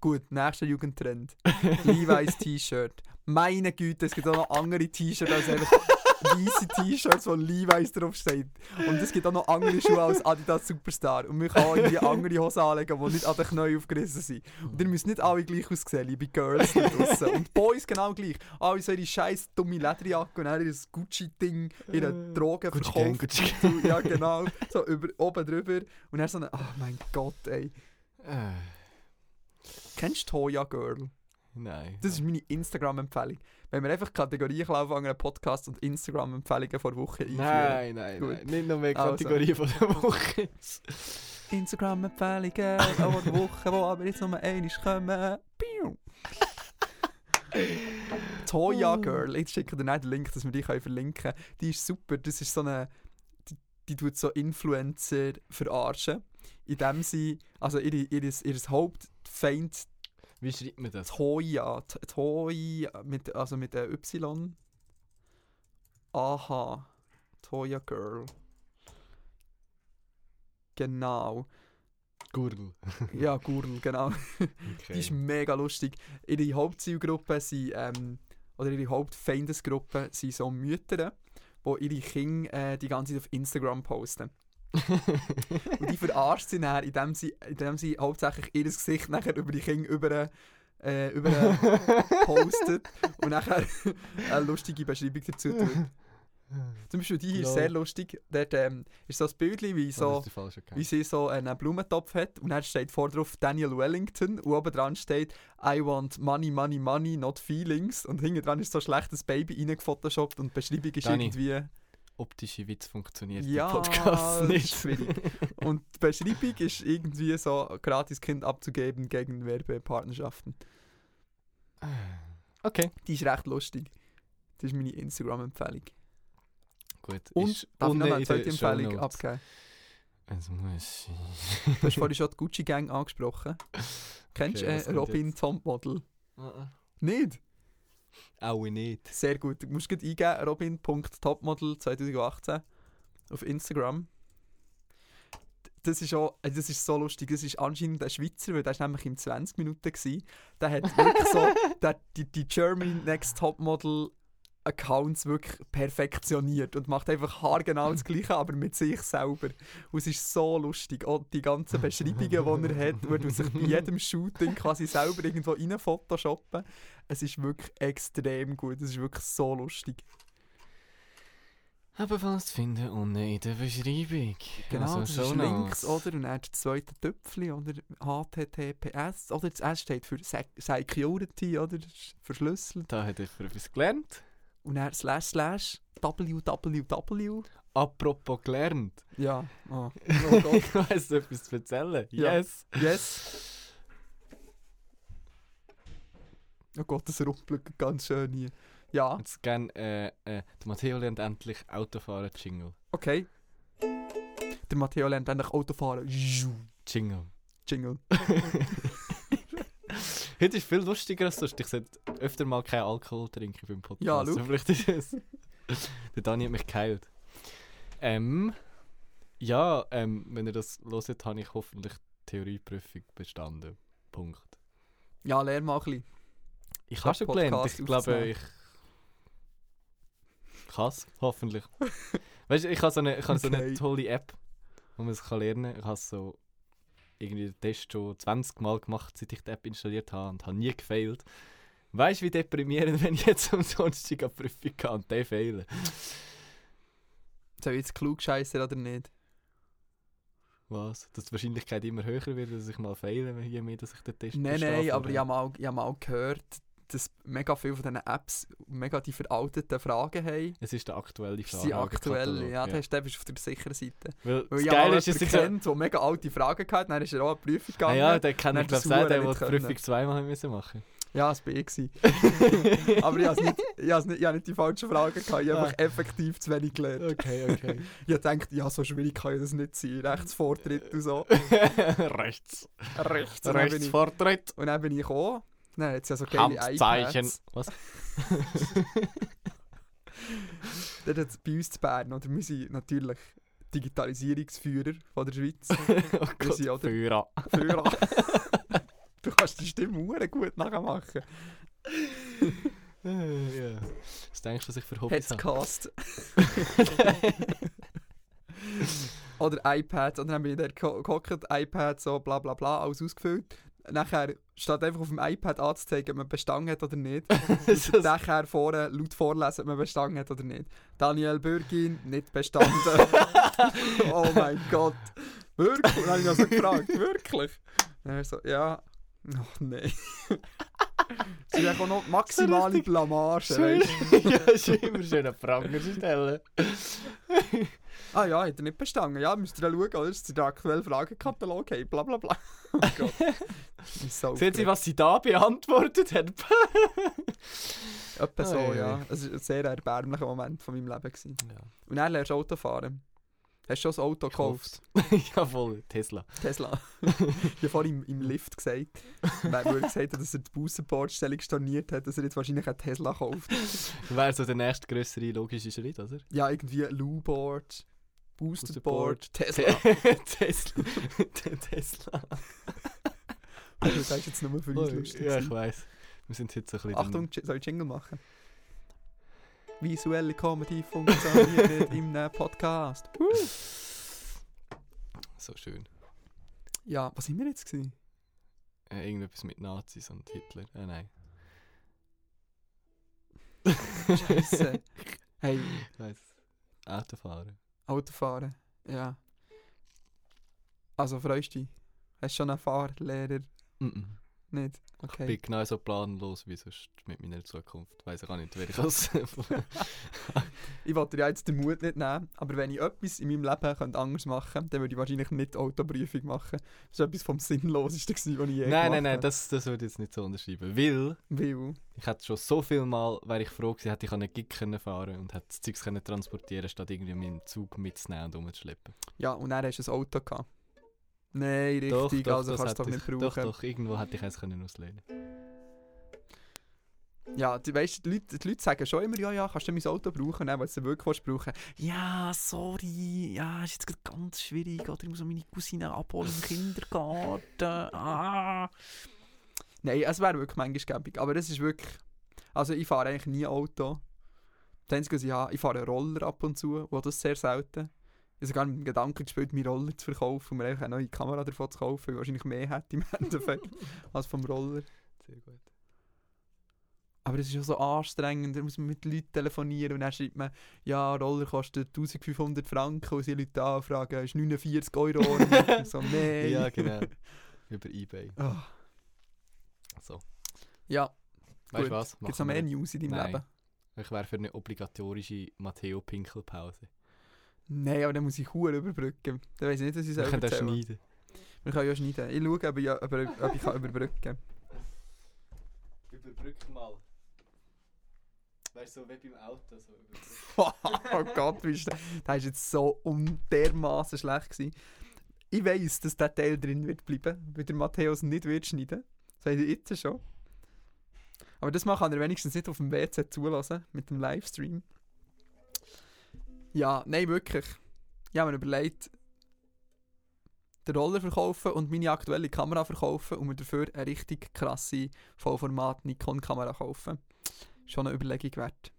Gut, nächster Jugendtrend. Levi's T-Shirt. Meine Güte, es gibt auch noch andere T-Shirts [LAUGHS] als einfach also weiße T-Shirts, wo Levi's draufsteht. Und es gibt auch noch andere Schuhe als Adidas Superstar. Und man kann auch irgendwie andere Hosen anlegen, die nicht an den Knien aufgerissen sind. Und ihr müsst nicht alle gleich aussehen, liebe Girls da draussen. Und Boys genau gleich. Alle so ihre scheiß dumme Lederjacke und dann ihr Gucci-Ding, ihre Gucci Gang, Drogenverkauf. Gucci Gang. Ja, genau. So über, oben drüber. Und dann so eine, oh mein Gott, ey. [LAUGHS] Äh, Kennst du Toya Girl? Nein. Das ist meine Instagram-Empfehlung. Wenn wir einfach Kategorien anfangen, einen Podcast und Instagram-Empfehlungen vor Woche einführen. Nein, nein, Gut. nein. Nicht noch mehr Also. Kategorie von der Woche. Instagram-Empfehlungen [LAUGHS] vor der Woche, wo aber jetzt nur einmal kommen. Piu. Ah. Oh. Toya Girl, jetzt schicke dir nicht den Link, dass wir die können verlinken können. Die ist super, das ist so eine... Die, die tut so Influencer verarschen, indem sie... Also ihre, ihres, ihres Hauptfeind Wie schreibt man das? Toya, T- Toya mit also mit der Y. Aha, Toya Girl. Genau. Gurgel. Ja, Gurl, genau. [LAUGHS] Die [LAUGHS] ist mega lustig. Ihre Hauptzielgruppe sind, ähm, oder ihre Hauptfeindesgruppe sind so Mütter, die ihre Kinder äh, die ganze Zeit auf Instagram posten. Und die verarscht sie nachher, indem sie, indem sie hauptsächlich ihr Gesicht nachher über die Kinder über, äh, über postet und nachher [LAUGHS] eine lustige Beschreibung dazu tut. Zum Beispiel die hier ist Lol. sehr lustig. Dort ähm, ist so ein Bild, wie so Das ist der falsche Account. wie sie so einen Blumentopf hat und dann steht vor drauf Daniel Wellington und oben dran steht I want money, money, money, not feelings und hinten dran ist so ein schlechtes Baby reingefotoshoppt und die Beschreibung ist Dani. irgendwie Optische Witz funktioniert Ja, im Podcast das nicht. ist schwierig. und die Beschreibung ist irgendwie so gratis Kind abzugeben gegen Werbepartnerschaften. okay. Die ist recht lustig. Das ist meine Instagram-Empfehlung. Gut. Und ist darf ich noch unten in eine den zweite Empfehlung Shownotes. abgeben? Es muss. Du hast vorhin schon die Gucci Gang angesprochen. Kennst du Okay, was äh, kommt Robin jetzt? Tom Model? sein. Nicht? Auch nicht. Sehr gut. Du musst gerade eingeben, robin.topmodel 2018 auf Instagram. Das ist, auch, äh, das ist so lustig. Das ist anscheinend ein Schweizer, weil der ist nämlich in 20 Minuten. Gewesen. Der hat wirklich so der, die, die German Next Topmodel Accounts wirklich perfektioniert und macht einfach haargenau das Gleiche, aber mit sich selber. Und es ist so lustig. Auch die ganzen Beschreibungen, die er hat, wird er sich bei jedem Shooting quasi selber irgendwo rein photoshoppen. Es ist wirklich extrem gut. Es ist wirklich so lustig. Ebenfalls zu finden unten in der Beschreibung. Genau, Also das ist Show Notes. links, oder? Und dann das zweite Töpfchen, oder? HTTPS, oder? Das S steht für Sec- Security, oder? Das ist Verschlüsselt. Da hat jemand etwas gelernt. Und dann slash slash www. Apropos [LAUGHS] gelernt. Ja, ah. Oh [LAUGHS] ich weiss etwas zu erzählen. Ja. Yes. Yes. Oh Gott, das rumpelt ganz schön hier. Ja, Jetzt gern, äh, äh, der Matteo lernt endlich Autofahren Jingle. okay. Der Matteo lernt endlich Autofahren. Zschu, Jingle. Jingle. [LAUGHS] Heute ist viel lustiger als sonst. Ich sollte öfter mal keinen Alkohol trinken beim Podcast. Ja, schau. Vielleicht ist es. Der Dani hat mich geheilt. Ähm, ja, ähm, wenn ihr das hört, habe ich hoffentlich die Theorieprüfung bestanden. Punkt. Ja, lern mal ein bisschen. Ich habe schon gelernt. Podcast Ich glaube, ich. aufzunehmen. kann es, hoffentlich. [LAUGHS] weißt du, ich habe so eine, ich habe so Okay. eine tolle App, wo man es kann lernen kann. Ich habe so irgendwie den Test schon 20 Mal gemacht, seit ich die App installiert habe und habe nie gefailt. Weißt du, wie deprimierend, [LAUGHS] wenn ich jetzt am Sonntag an die Prüfung gehe und den fehle? Soll ich jetzt klug scheißen oder nicht? Was? Dass die Wahrscheinlichkeit immer höher wird, dass ich mal feile, je mehr dass ich den Test Nein, nein, bestrafe, aber ich oder? habe mal, ich hab mal gehört, dass mega viele von diesen Apps mega die veralteten Fragen haben. Es ist der aktuelle Das sind aktuelle. Fragenkatalog, Ja, da hast du- da bist du auf der sicheren Seite. Weil Weil das ich habe Geile mal ist, es jemanden ist so, kennt, der mega alte Fragen hatte, dann ist er auch an die Prüfung Ah gegangen. ja, den kann Dann ich hat er glaube das sagen, der Huren der nicht die können. Prüfung zweimal haben [LAUGHS] müssen machen Ja, das war ich. gewesen. Aber ich habe nicht, ich has nicht, ich has nicht die falschen Fragen gehabt. Ich habe Ah. einfach effektiv zu wenig gelernt. Okay, okay. Ich dachte, ja, so schwierig kann ja das nicht sein. Rechts Vortritt und [LAUGHS] so. Rechts. Rechts. Und dann bin Rechts ich, Vortritt. und dann bin ich gekommen. Dann hat es ja so geile Handzeichen. iPads. Was? [LAUGHS] Dann hat bei uns zu Bern, oder wir sind natürlich Digitalisierungsführer von der Schweiz. oh [LAUGHS] Wir sind ja Gott, der Führer. Führer. [LAUGHS] du kannst die Stimme hure gut nachmachen. Äh, ja. Was denkst du, was ich für Hobbys habe? Headscast. [LAUGHS] oder iPad. Und dann haben wir dort ge- gehockt, iPad, so bla bla bla, alles ausgefüllt. Nachher steht einfach auf dem iPad anzuzeigen, ob man bestanden hat oder [LAUGHS] nicht. Das Und nachher vorne laut vorlesen, ob man bestanden hat oder nicht. Daniel Bürgin, nicht [LAUGHS] bestanden. oh mein Gott. Wirklich? Und dann habe ich mich so gefragt, wirklich? Dann so, ja. Ach nein. [LAUGHS] Das ist auch noch maximale richtig Blamage. Schön. [LAUGHS] weisst du. ja, ist immer schön einen Pranger zu stellen. Ah ja, hat er nicht bestanden. Ja, müsst ihr ja schauen, oder? Das ist der aktuelle Fragenkatalog. Hey, bla bla [LAUGHS] bla. Oh Gott. Das ist so Sehen Sie, was Sie da beantwortet haben? verrückt. Etwa so, Oi, oi. ja. Es war ein sehr erbärmlicher Moment von meinem Leben. Gewesen. Ja. [LAUGHS] Und dann lernst du Auto fahren. Hast du schon ein Auto gekauft? [LAUGHS] Jawohl, Tesla. Tesla. [LAUGHS] ich habe vorhin im, im Lift gesagt, weil er gesagt hat, dass er die Bussenbordstellung storniert hat, dass er jetzt wahrscheinlich einen Tesla kauft. Wäre so der nächste grössere logische Schritt, oder? Ja, irgendwie Lou-Board, Boosterboard, Tesla. [LAUGHS] Tesla. Tesla. [LAUGHS] Also, das ist jetzt nur für uns lustig. Oh, ja, ich gewesen. weiss. Wir sind heute so ein bisschen... Achtung, J- soll ich Jingle machen? Visuelle Comedy [LAUGHS] funktioniert im Podcast. So schön. Ja, was sind wir jetzt gewesen? Äh, irgendetwas mit Nazis und Hitler. Äh, nein. [LAUGHS] Scheisse. Hey, Weiss. Autofahren. Autofahren. Ja. Also freust du dich? Hast du schon einen Fahrlehrer? Mhm. Nicht? Ich Okay. bin genau so planlos wie sonst mit meiner Zukunft. Weiß ich auch nicht, wer [LAUGHS] ich als. Ich wollte dir ja jetzt den Mut nicht nehmen, aber wenn ich etwas in meinem Leben könnte anders machen könnte, dann würde ich wahrscheinlich nicht die Autoprüfung machen. Das war etwas vom Sinnlosesten, gewesen, was ich je nein, nein, gemacht nein, habe. das, das würde ich jetzt nicht so unterschreiben. Weil Weil, ich hätte schon so viel Mal, wäre ich froh gewesen, hätte ich an einen Gig können fahren und hätte das Zeugs können transportieren statt irgendwie meinen Zug mitzunehmen und rumzuschleppen. ja, und dann hast du ein Auto gehabt. Nein, richtig, also das kannst du es doch hätte nicht ich- brauchen. Doch, doch, irgendwo hätte ich eins können auslehnen Ja, du weißt, die Leute, die Leute sagen schon immer, ja, ja, kannst du mein Auto brauchen? Und dann, wenn du es dann wirklich willst, brauchen ja, sorry, ja, ist jetzt gerade ganz schwierig, oder ich muss noch meine Cousine abholen im Kindergarten, ah. Nein, es wäre wirklich manchmal gäbig, aber das ist wirklich, also ich fahre eigentlich nie Auto. Das Einzige, was ich habe, ich fahre einen Roller ab und zu, wo das sehr selten. Ich habe sogar mit dem Gedanken gespielt, meinen Roller zu verkaufen und mir einfach eine neue Kamera davon zu kaufen, [LAUGHS] weil ich wahrscheinlich mehr hätte im Endeffekt als vom Roller. Sehr gut. Aber es ist auch so anstrengend, da muss man mit Leuten telefonieren und dann schreibt man, ja, Roller kostet 1500 Franken und sie Leute anfragen, ist 49 Euro. [LAUGHS] Und ich so, nein. [LAUGHS] Ja, genau. Über Ebay. Ah. So. Ja, Weißt Gut. du was? gibt es noch Machen mehr wir- News in deinem Nein. Leben? Ich wäre für eine obligatorische Matteo-Pinkel-Pause. Nein, aber dann muss ich Huren überbrücken. Dann weiss ich nicht, dass ich es Wir können das erzählen. schneiden. Wir können ja schneiden. Ich schaue, ob ich, ob, ob ich kann überbrücken kann. Überbrück mal. Wärst so wie beim Auto. So [LAUGHS] überbrück. oh Gott, bist du. Das war jetzt so dermaßen schlecht. Gewesen. Ich weiss, dass der Teil drin wird bleiben, weil der Matthäus nicht wird schneiden. Das weiß ich jetzt schon. Aber das mal kann er wenigstens nicht auf dem WC zulassen mit dem Livestream. Ja, nein, wirklich. Ich habe mir überlegt, den Roller verkaufen und meine aktuelle Kamera verkaufen und mir dafür eine richtig krasse Vollformat Nikon-Kamera kaufen. Schon eine Überlegung wert.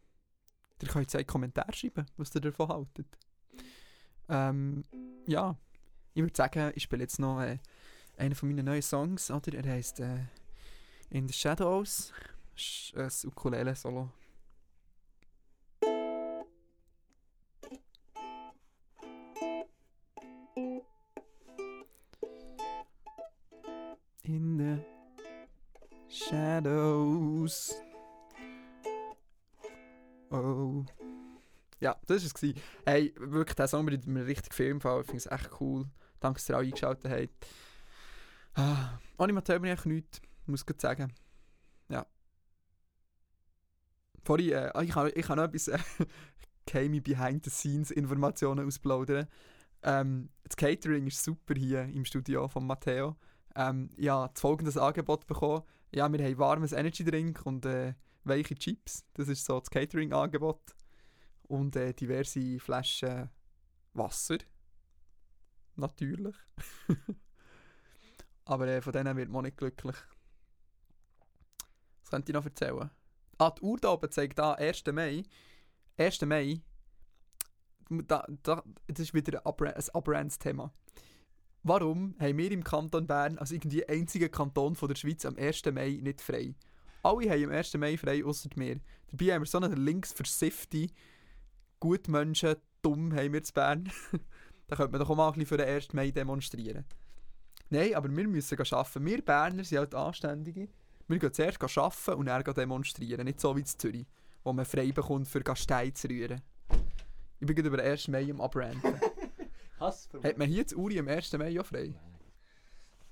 Ihr könnt jetzt einen Kommentar schreiben, was ihr davon haltet. Ähm, ja, ich würde sagen, ich spiele jetzt noch äh, einen von meinen neuen Songs, oder? Er heisst äh, In the Shadows. Sch äh, ein Ukulele-Solo. In the Shadows. Oh. Ja, das war es. gewesen. Hey, wirklich, der Song bringt mir richtig viel im Fall. Ich finde es echt cool. Danke, dass ihr auch eingeschaltet habt. Ah, ohne Matthäus bin ich eigentlich nichts. Muss ich grad sagen. Ja. Vorhin, äh, ah, ich kann, ich kann noch etwas äh, [LAUGHS] geheime Behind-the-Scenes-Informationen ausplaudern. Ähm, das Catering ist super hier im Studio von Matteo. Ähm, ich habe folgendes Angebot bekommen. Ja, wir haben warmes Energy-Drink und... Äh, weiche Chips. Das ist so das Catering-Angebot. Und äh, diverse Flaschen Wasser. Natürlich. [LAUGHS] Aber äh, von denen wird man nicht glücklich. Was könnte ich noch erzählen? Ah, die Uhr da oben zeigt an, 1. Mai. 1. Mai. Da, da, das ist wieder ein Abra- ein Abrands-Thema. Warum haben wir im Kanton Bern, als irgendwie einziger Kanton von der Schweiz, am 1. Mai nicht frei? Alle haben am 1. Mai frei, außer mir. Dabei haben wir so einen links versiffte, gut Menschen, dumm haben wir zu [LAUGHS] Bern. da könnte man doch auch mal ein bisschen für den 1. Mai demonstrieren. Nein, aber wir müssen gehen arbeiten. Wir Berner sind halt Anständige. Wir gehen zuerst gehen arbeiten und dann gehen demonstrieren. Nicht so wie in Zürich, wo man frei bekommt, für gehen Steine zu rühren. Ich bin gerade über den 1. Mai am Abrenten. Hass für Hat man hier die Uri am 1. Mai auch frei?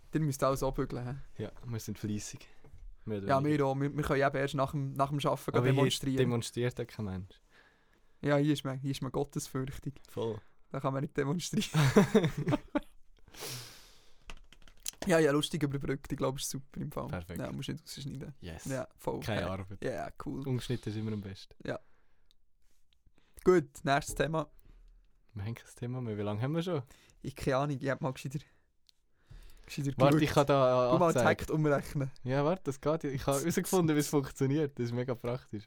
Dann müsst ihr alles abbügeln. hä? Ja, wir sind fleissig. Mehr oder Ja, wir weniger. auch. Wir, wir können eben erst nach dem, nach dem Arbeiten gehen Aber Dus Oh, hier demonstrieren. Demonstriert auch kein Mensch. Ja, hier ist man, hier ist man gottesfürchtig. [LAUGHS] Voll. Da kann man nicht [LAUGHS] demonstrieren. ja, ja, lustig überbrückt. Ich glaube, es ist super im Fall. Perfekt. Ja, musst nicht rausschneiden. Yes. dus Ja, voll. Keine Ja. [LAUGHS] Arbeit. Ja, cool. Ungeschnitten ist immer am besten. Gut, nächstes Thema. Wir haben kein Thema mehr. Wie lange haben wir schon? Ich keine Ahnung, ich habe mal gescheiter. Gescheiter Warte, geschaut. ich kann da Du mal den anzeigen. Takt umrechnen. Ja, warte, das geht. [LAUGHS] Ich habe herausgefunden, wie es funktioniert. Das ist mega praktisch.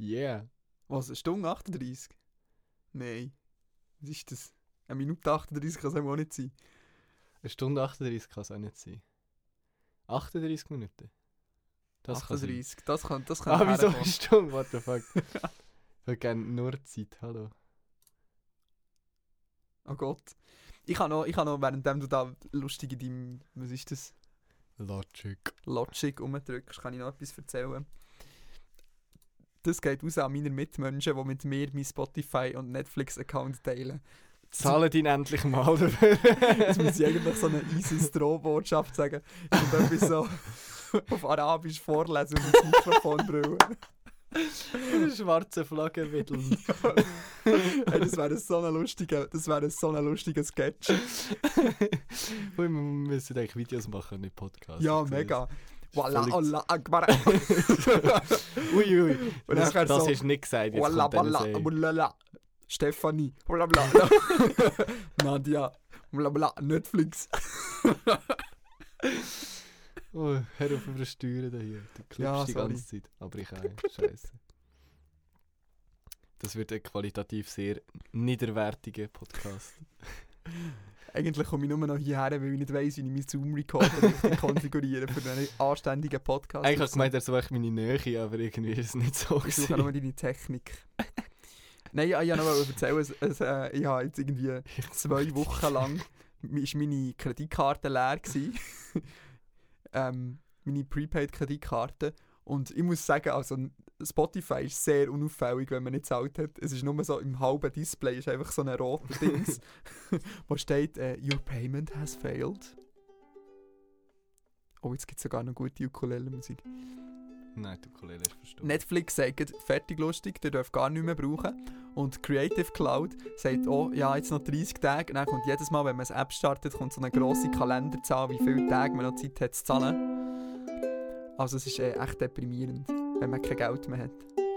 Yeah. Was, eine Stunde 38? Nein. Was ist das? Eine Minute 38 kann es eben auch nicht sein. Eine Stunde 38 kann es auch nicht sein. 38 Minuten? Das kann sein. 38. Das kann, das kann Ah, wieso herkommen. eine Stunde? What [LAUGHS] the fuck? ich würde gerne nur Zeit, hallo. Oh Gott. Ich kann noch, ich kann noch währenddem du da lustig in deinem, was ist das, Logic. Logic rumdrückst, kann ich noch etwas erzählen. Das geht raus an meine Mitmenschen, die mit mir meinen Spotify- und Netflix-Account teilen. Zahlen ihn endlich mal [LAUGHS] dafür. Jetzt muss ich eigentlich [LAUGHS] so eine ISIS Drohbotschaft sagen. Und etwas so [LAUGHS] auf Arabisch vorlesen und ins Mikrofon [LAUGHS] brüllen. schwarze Flagge [LAUGHS] witteln. Hey, das wäre so ein lustiger, das wäre so ein lustiger Sketch. Ui, Wir müssen eigentlich Videos machen, nicht Podcasts. Ja, Ich sehe mega. das. Wallah, Völlig- Allah, Akbar. [LAUGHS] Ui, ui. Und das nachher das so, hast du nicht gesagt. Jetzt Walla, kommt einer walla, sagen. mulala. Stefanie, bla bla. [LAUGHS] bla. Nadia, bla bla, Netflix. [LAUGHS] Oh, hör auf übersteuern da hier. Du klippst Ja, Ah, die sorry. ganze Zeit. Aber ich auch. Scheiße. Das wird ein qualitativ sehr niederwertiger Podcast. Eigentlich komme ich nur noch hierher, weil ich nicht weiss, wie ich meinen Zoom-Recorder [LAUGHS] richtig konfigurieren für einen anständigen Podcast. Eigentlich habe ich gemeint, er ist echt meine Nähe, aber irgendwie ist es nicht so. Ich suche gewesen. nur deine Technik. Nein, ja, ich wollte noch erzählen, es, es, äh, ich habe jetzt irgendwie zwei Wochen lang ist meine Kreditkarte leer gewesen. ähm, meine Prepaid-Kreditkarte. Und ich muss sagen, also Spotify ist sehr unauffällig, wenn man nicht zahlt hat. Es ist nur so im halben Display ist einfach so ein roter Dings, wo steht äh, Your payment has failed. Oh, jetzt gibt es sogar noch gute Ukulele-Musik. Nein, du Kollege ist verstanden. Netflix sagt, fertig lustig, ihr dürft gar nicht mehr brauchen. Und Creative Cloud sagt, oh ja, jetzt noch 30 Tage. Und dann kommt jedes Mal, wenn man eine App startet, kommt so eine grosse Kalenderzahl, wie viele Tage man noch Zeit hat zu zahlen. Also es ist äh, echt deprimierend, wenn man kein Geld mehr hat.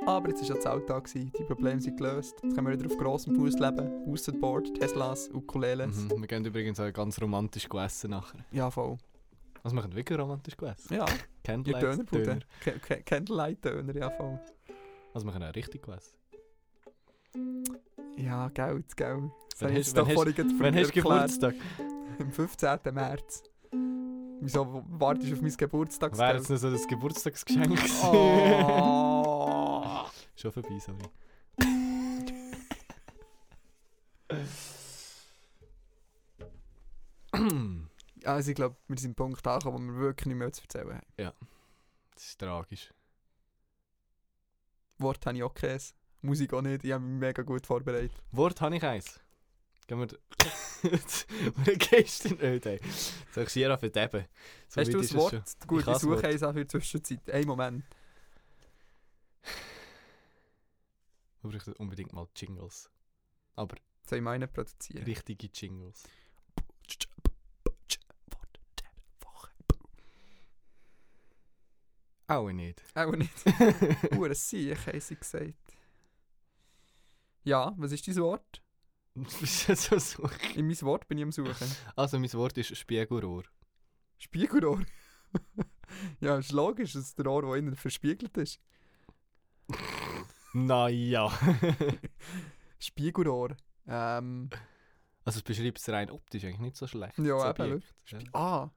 Aber jetzt war ja das Alltag, gewesen. die Probleme sind gelöst. Jetzt können wir wieder auf grossem Fuß leben. Board, Teslas, Ukuleles. Mhm. Wir gehen übrigens auch ganz romantisch essen nachher. Ja, voll. Also wir können wirklich romantisch essen. Ja, ihr Candlelight Dönerbude. Döner. Ke- Ke- Candlelight-Döner, ja voll. Also wir können auch richtig essen. Ja, Geld, Geld. Das Wann habe ich hast- jetzt doch wann vorhin gerade Wann hast du erklärt. Geburtstag? Am 15. März. Wieso wartest du auf mein Wäre Geburtstagsgeld? jetzt noch so [LAUGHS] das Geburtstagsgeschenk gewesen. Oh. Schon vorbei, sorry. Also ich glaube, wir sind am Punkt angekommen, wo wir wirklich nicht mehr zu erzählen haben. das ist tragisch. Wort habe ich auch kein, Musik auch nicht, ich habe mich mega gut vorbereitet. Wort habe ich eins. Gehen wir... [LAUGHS] Wo gehst du denn heute? Äh, Soll ich Sierra verderben? So Hast weit du ist ein es schon. Wort? Gut, Ich ich, habe ein Wort. suche eins auch für die Zwischenzeit. Einen Moment. Wir bräuchten unbedingt mal Jingles. Aber Soll ich meinen produzieren? richtige Jingles. Wort der Woche. Auch nicht. Auch nicht. [LAUGHS] Uhr Sieg, haben sie gesagt. Ja, was ist dein Wort? [LAUGHS] Das ist jetzt so so. In mein Wort bin ich am Suchen. also mein Wort ist Spiegelrohr. Spiegelrohr. [LAUGHS] ja, ist logisch, dass der Rohr, der innen verspiegelt ist. Naja. Spiegelrohr. Ähm, [LAUGHS] also es beschreibt es rein optisch eigentlich nicht so schlecht. Ja, das eben, Objekt. Ja. ah.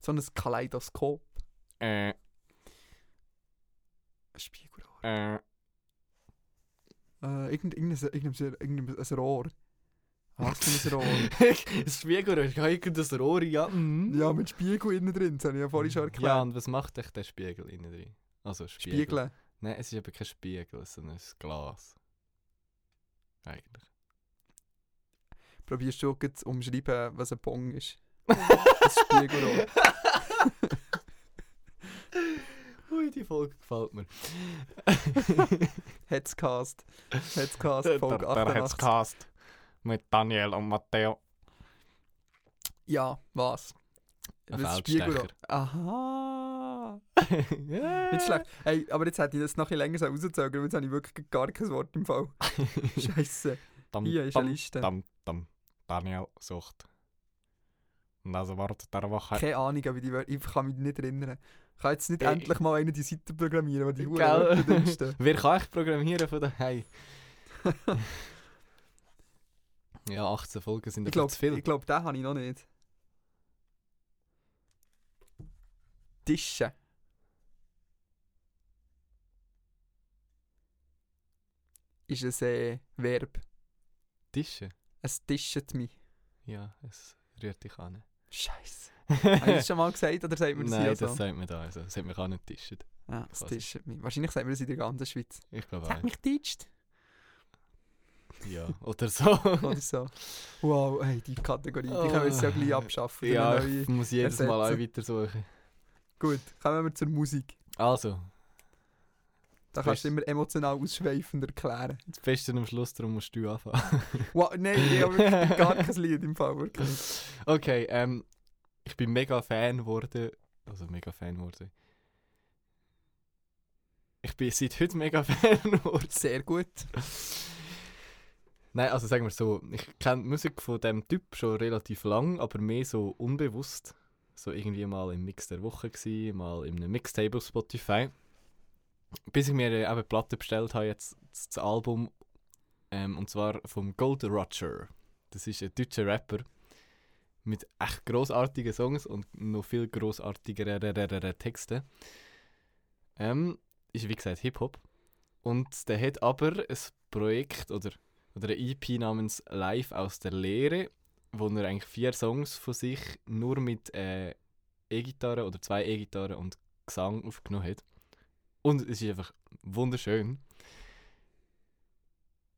So ein Kaleidoskop. Äh, Spiegelrohr. äh, Äh, irgend, irgendein, irgendein, irgendein ein Rohr. Was für ein [LAUGHS] Rohr? das Spiegelrohr, ich habe irgendein Rohr, ja. mhm. ja, mit Spiegel innen drin, das habe ich ja vorhin schon erklärt. Ja, und was macht euch der Spiegel innen drin? Also Spiegel. Spiegeln. Nein, es ist eben kein Spiegel, sondern ein Glas. Eigentlich. Probierst du gerade zu umschreiben, was ein Pong ist? das Spiegelrohr. [LAUGHS] Ui, die Folge gefällt mir. [LAUGHS] Hetzcast. Hetzcast, Folge der der hat's 88. gehasst. Mit Daniel und Matteo. Ja, was? Ein Was ist Feldstecher. Spiegelrohr? Aha. [LAUGHS] Nicht Nicht [LAUGHS] schlecht. Hey, aber jetzt hätte ich das noch ein bisschen länger rausgezogen, weil jetzt habe ich wirklich gar kein Wort im [LAUGHS] Fall. Scheiße. Dam, Hier ist eine Liste. Dam, dam. Daniel sucht. Und also das Wort der Woche. Keine Ahnung, wie die Wörter. Ich kann mich nicht erinnern. Ich kann jetzt nicht Ey. endlich mal eine die Seiten programmieren, die die Gell? Uhr [LAUGHS] drinstehen. Wer kann ich programmieren [LAUGHS] von daheim? Ja, 18 Folgen sind ich einfach glaube, zu viel. ich glaub, den habe ich noch nicht. Tische. Ist es ein Verb? Tische. Es tischet mich. Ja, es rührt dich an. Scheiße. [LAUGHS] Habe ich das schon mal gesagt oder sagt man das Nein, hier das so? sagt man da. Also. Das hat mich auch nicht getischt. Ah, das quasi. tischet mich. Wahrscheinlich sagt man das in der ganzen Schweiz. Ich glaube Es hat auch. mich getischt. Ja, [LAUGHS] oder so. Ah, Oder so. Wow, hey, die Kategorie, die können wir jetzt ja gleich abschaffen. für ja, eine neue. ich muss jedes Mal auch ersetzen. weitersuchen. Gut, kommen wir zur Musik. Also, Da Das kannst du Beste. immer emotional ausschweifend erklären. das Beste am Schluss, darum musst du anfangen. Wow, nein, ich habe [LAUGHS] wirklich gar kein Lied im Fall. Wirklich. Okay, ähm, ich bin mega Fan geworden. Also mega Fan geworden. Ich bin seit heute mega [LAUGHS] Fan geworden. Sehr gut. Nein, also sagen wir so, ich kenne die Musik von dem Typ schon relativ lang, aber mehr so unbewusst. So irgendwie mal im Mix der Woche gsi, mal in einem Mixtable auf Spotify. Bis ich mir äh, eben eine Platte bestellt habe, jetzt das das Album, ähm, und zwar vom Gold Roger. Das ist ein deutscher Rapper mit echt großartigen Songs und noch viel großartigeren Texten. Ähm, ist wie gesagt Hip-Hop. Und der hat aber ein Projekt oder, oder eine EP namens Live aus der Lehre, wo er eigentlich vier Songs von sich nur mit äh, E-Gitarre oder zwei E-Gitarren und Gesang aufgenommen hat. Und es ist einfach wunderschön.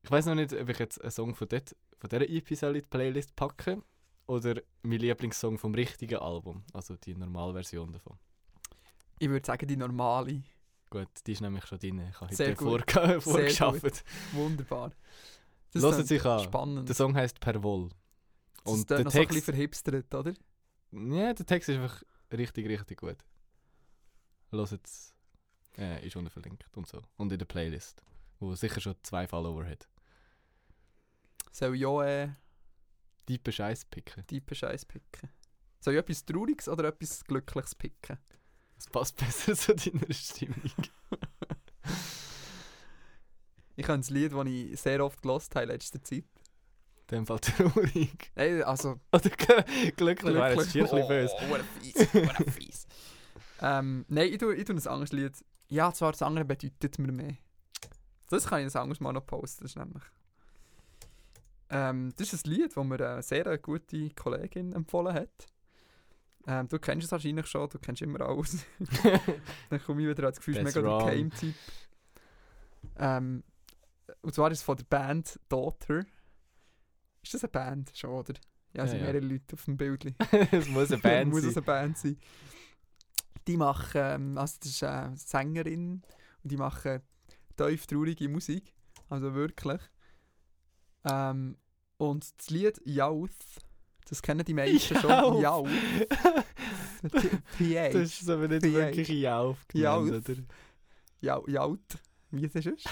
Ich weiß noch nicht, ob ich jetzt einen Song von, dort, von dieser EP soll in die Playlist packen oder mein Lieblingssong vom richtigen Album, also die Normalversion davon. Ich würde sagen, die normale. Gut, die ist nämlich schon drin. Ich habe Sehr heute gut. vorge- vorgeschafft. Wunderbar. Hört sich klingt an. Spannend. Der Song heißt Pervol. Das Und und der noch so ein bisschen Text, verhipstert, oder? ja, der Text ist einfach richtig, richtig gut. Los jetzt. Äh, ist unten verlinkt und so. Und in der Playlist, wo sicher schon zwei Follower hat. Soll ja äh, Tiefe Scheiß picken. tiefen Scheiß picken. Soll ich etwas Trauriges oder etwas Glückliches picken? Das passt [LAUGHS] besser zu deiner Stimmung. Ich habe ein Lied, das ich sehr oft gelost habe in letzter Zeit. In dem Fall traurig. Nein, also Oder gl- glücklich wäre jetzt schier glücklich. ein bisschen böse. Oh, what [LAUGHS] a fies, what a [LAUGHS] fies. ähm, nein, ich tue, ich tue ein anderes Lied. Ja, zwar das andere bedeutet mir mehr. Das kann ich ein anderes Mal noch posten, das ist nämlich... Ähm, das ist ein Lied, das mir eine sehr äh, gute Kollegin empfohlen hat. Ähm, du kennst es wahrscheinlich schon, du kennst immer alles. [LAUGHS] Dann komme ich wieder ans Gefühl, es ist That's mega wrong. der Game-Typ. Ähm, und zwar ist es von der Band Daughter. Ist das eine Band schon, oder? Ja, es Ja, sind ja. mehrere Leute auf dem Bild. es muss eine Band muss sein. es eine Band sein. Die machen, ähm, also das ist eine Sängerin und die machen tief traurige Musik. Also wirklich. Ähm, und das Lied Youth, das kennen die [LAUGHS] meisten schon. Youth. Das PH. ist aber nicht Jauf. wirklich Jauf genannt, Jauf. oder? Jau- Jaut. Wie ist es? [LAUGHS]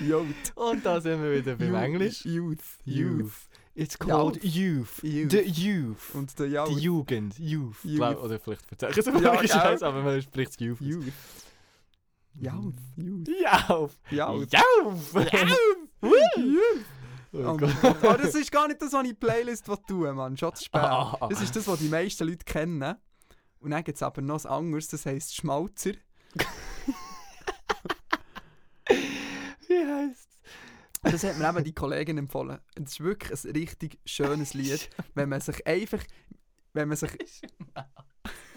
Jaut. Und da sind wir wieder beim Ju- Englisch. Youth. Youth. It's called Jauf. Youth. Youth. The Youth. Und der Die Jaut. Jugend. Youth. Youth. Glaub, oder vielleicht verzeichnet [LAUGHS] es Ja, ja, gell? Scheiß, aber man spricht Youth. aus. Youth. Jaut. Mhm. Youth. Jauf. Jaut. [LAUGHS] Jauf. Youth. Oh Oh, Gott. aber das ist gar nicht das, was ich in die Playlist will tun Mann. Schon zu spät. Ah, ah, ah. Das ist das, was die meisten Leute kennen. Und dann gibt es aber noch ein anderes, das heisst Schmalzer. Wie heisst's? Und das hat mir eben die Kollegin empfohlen. Und Es ist wirklich ein richtig schönes Lied, wenn man sich einfach. Wenn man sich. [LAUGHS]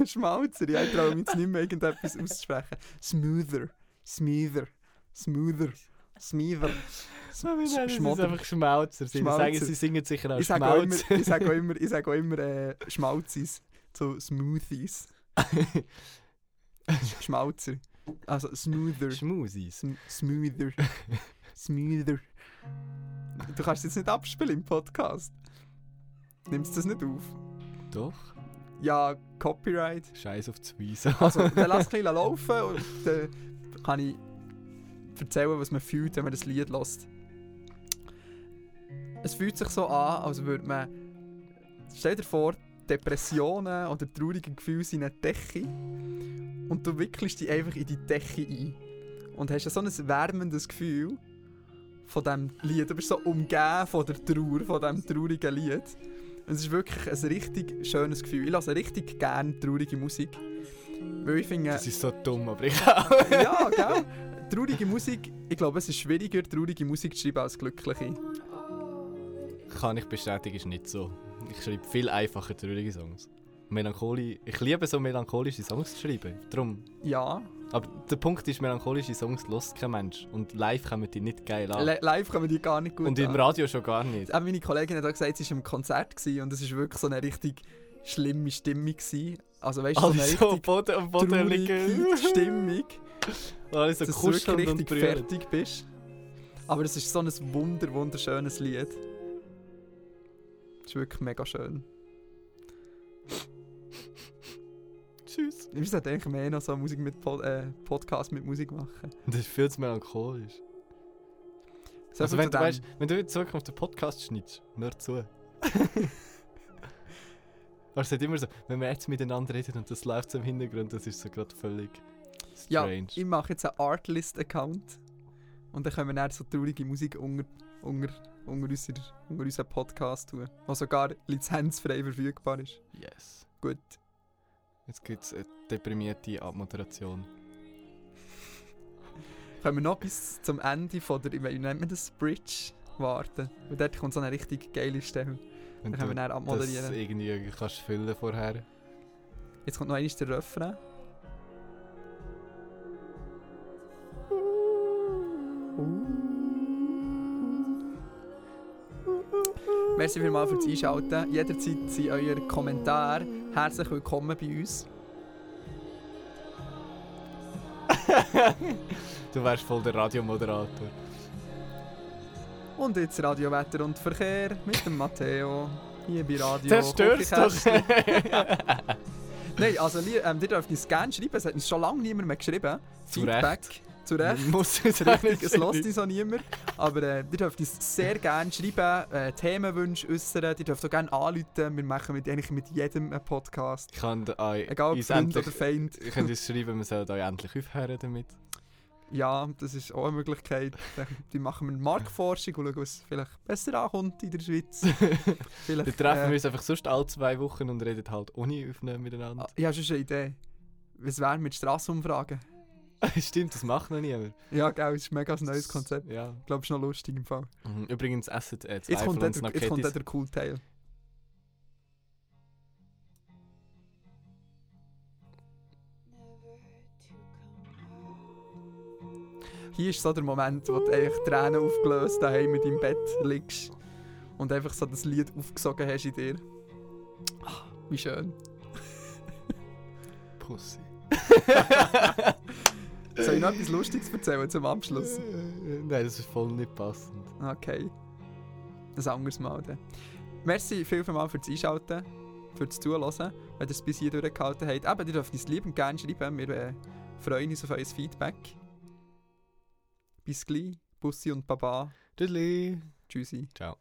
Schmalzer, ja, ich traue mich jetzt nicht mehr irgendetwas auszusprechen. Smoother. Smoother. Smoother. Smoother. Das ist Schmodder. einfach Schmauzer. Sie Schmauzer. sagen, sie singen sicher auch Ich sage auch immer, Schmauzer. ich sage auch immer, ich sage auch immer äh, Schmalzis zu Smoothies. [LAUGHS] Sch- Schmalzer. Also smoother. Schmusis. Sm smoother. Smoother. Du kannst es jetzt nicht abspielen im Podcast. Nimmst du das nicht auf? Doch. Ja, Copyright. Scheiß auf die Wiese. Also, dann lass es ein bisschen laufen und dann kann ich erzählen, was man fühlt, wenn man das Lied lässt. Es fühlt sich so an, als würde man. Stell dir vor, Depressionen oder traurige Gefühle sind eine Decke. Und du wickelst dich einfach in die Decke ein. Und hast so ein wärmendes Gefühl von diesem Lied. Du bist so umgeben von der Trauer, von diesem traurigen Lied. Und es ist wirklich ein richtig schönes Gefühl. Ich lasse richtig gerne traurige Musik. Weil ich [LAUGHS] finde, Das ist so dumm, aber ich auch. ja, gell? Traurige Musik, ich glaube, es ist schwieriger, traurige Musik zu schreiben als glückliche. Kann ich bestätigen, ist nicht so. Ich schreibe viel einfacher traurige Songs. Melancholie, ich liebe so melancholische Songs zu schreiben. Drum. Ja, Aber der Punkt ist, melancholische Songs lost kein Mensch. Und live kommen die nicht geil an. li- live kommen die gar nicht gut Ah. und im an. Radio schon gar nicht. Auch meine Kollegin hat auch gesagt, sie war im Konzert gewesen und es war wirklich so eine richtig schlimme Stimmung. Gewesen. Also weißt du, so Alle eine so am richtig Boden, am Boden traurige liegen. Stimmung, [LAUGHS] Alle so dass du wirklich kuscheln und richtig brüllen. fertig bist. Aber es ist so ein wunder, wunderschönes Lied. Es ist wirklich mega schön. Tschüss. Wir sollten eigentlich mehr noch so Musik mit Pod äh, Podcast mit Musik machen. Das ist viel zu melancholisch. So Also viel zu wenn du, dem. weißt, wenn du in Zukunft den Podcast schneidest, hör [LAUGHS] zu. Aber es ist immer so, wenn wir jetzt miteinander reden und das läuft so im Hintergrund, das ist so gerade völlig Ja, strange. ich mache jetzt einen Artlist-Account. Und dann können wir dann so traurige Musik unter, unter, unter, unser, unter unseren Podcast tun, der sogar lizenzfrei verfügbar ist. Yes. Gut. Jetzt gibt es eine deprimierte Abmoderation. Können wir noch bis zum Ende von der, wie nennt man das, Bridge warten. Und dort kommt so eine richtig geile Stelle. Wenn Dann können wir du dann das abmoderieren. irgendwie kannst füllen vorher. Jetzt kommt noch einmal der Refrain. Merci vielmals fürs Einschalten. Jederzeit sind eure Kommentare herzlich willkommen bei uns. Du wärst voll der Radiomoderator. Und jetzt Radio Wetter und Verkehr mit dem Matteo. Hier bei Radio. Zerstör's doch! Kuckuckkästchen. [LAUGHS] Nein, also lie- ähm, ihr dürft uns gerne schreiben. Es hat uns schon lange niemand mehr geschrieben. Zu Feedback. Zu Recht. [LAUGHS] [LAUGHS] Muss es auch Richtig, nicht es lässt uns auch niemand. Aber äh, ihr dürft uns sehr gerne schreiben, äh, Themenwünsche äußern, ihr dürft auch gerne anrufen. Wir machen mit, eigentlich mit jedem einen Podcast. Ich kann euch Egal ob uns Freund oder endlich... Feind. Ihr könnt uns schreiben, wir sollen euch endlich aufhören damit. Ja, das ist auch eine Möglichkeit. Dann- Die machen wir Marktforschung und schauen, was vielleicht besser ankommt in der [LAUGHS] Schweiz. Dann Vielleicht, treffen wir äh, uns einfach sonst alle zwei Wochen und reden halt ohne Aufnehmen miteinander. ah, Ich habe schon eine Idee. Was wäre mit Strassenumfragen? [LAUGHS] Stimmt, das macht noch niemand. Ja, genau, das ist mega ein Ah. neues Konzept. Ja. Ich glaube, es ist noch lustig im Fall. Mhm. Übrigens essen äh, zwei Jetzt von kommt, dann uns der, noch jetzt kommt dann Kettis. der cool Teil. Hier ist so der Moment, wo du eigentlich Tränen aufgelöst daheim mit deinem Bett liegst und einfach so das Lied aufgesogen hast in dir. Ah, wie schön. Pussy. [LAUGHS] Soll ich noch etwas Lustiges erzählen zum Abschluss? Äh, Nein, das ist voll nicht passend. Okay. Ein anderes Mal dann. Merci viel, viel mal fürs Einschalten, fürs Zuhören, wenn ihr es bis hier durchgehalten habt. Eben, ihr dürft uns lieb und gerne schreiben. Wir äh, freuen uns auf euer Feedback. Bis gleich. Bussi und Baba. Tschüssi. Tschüssi. Ciao.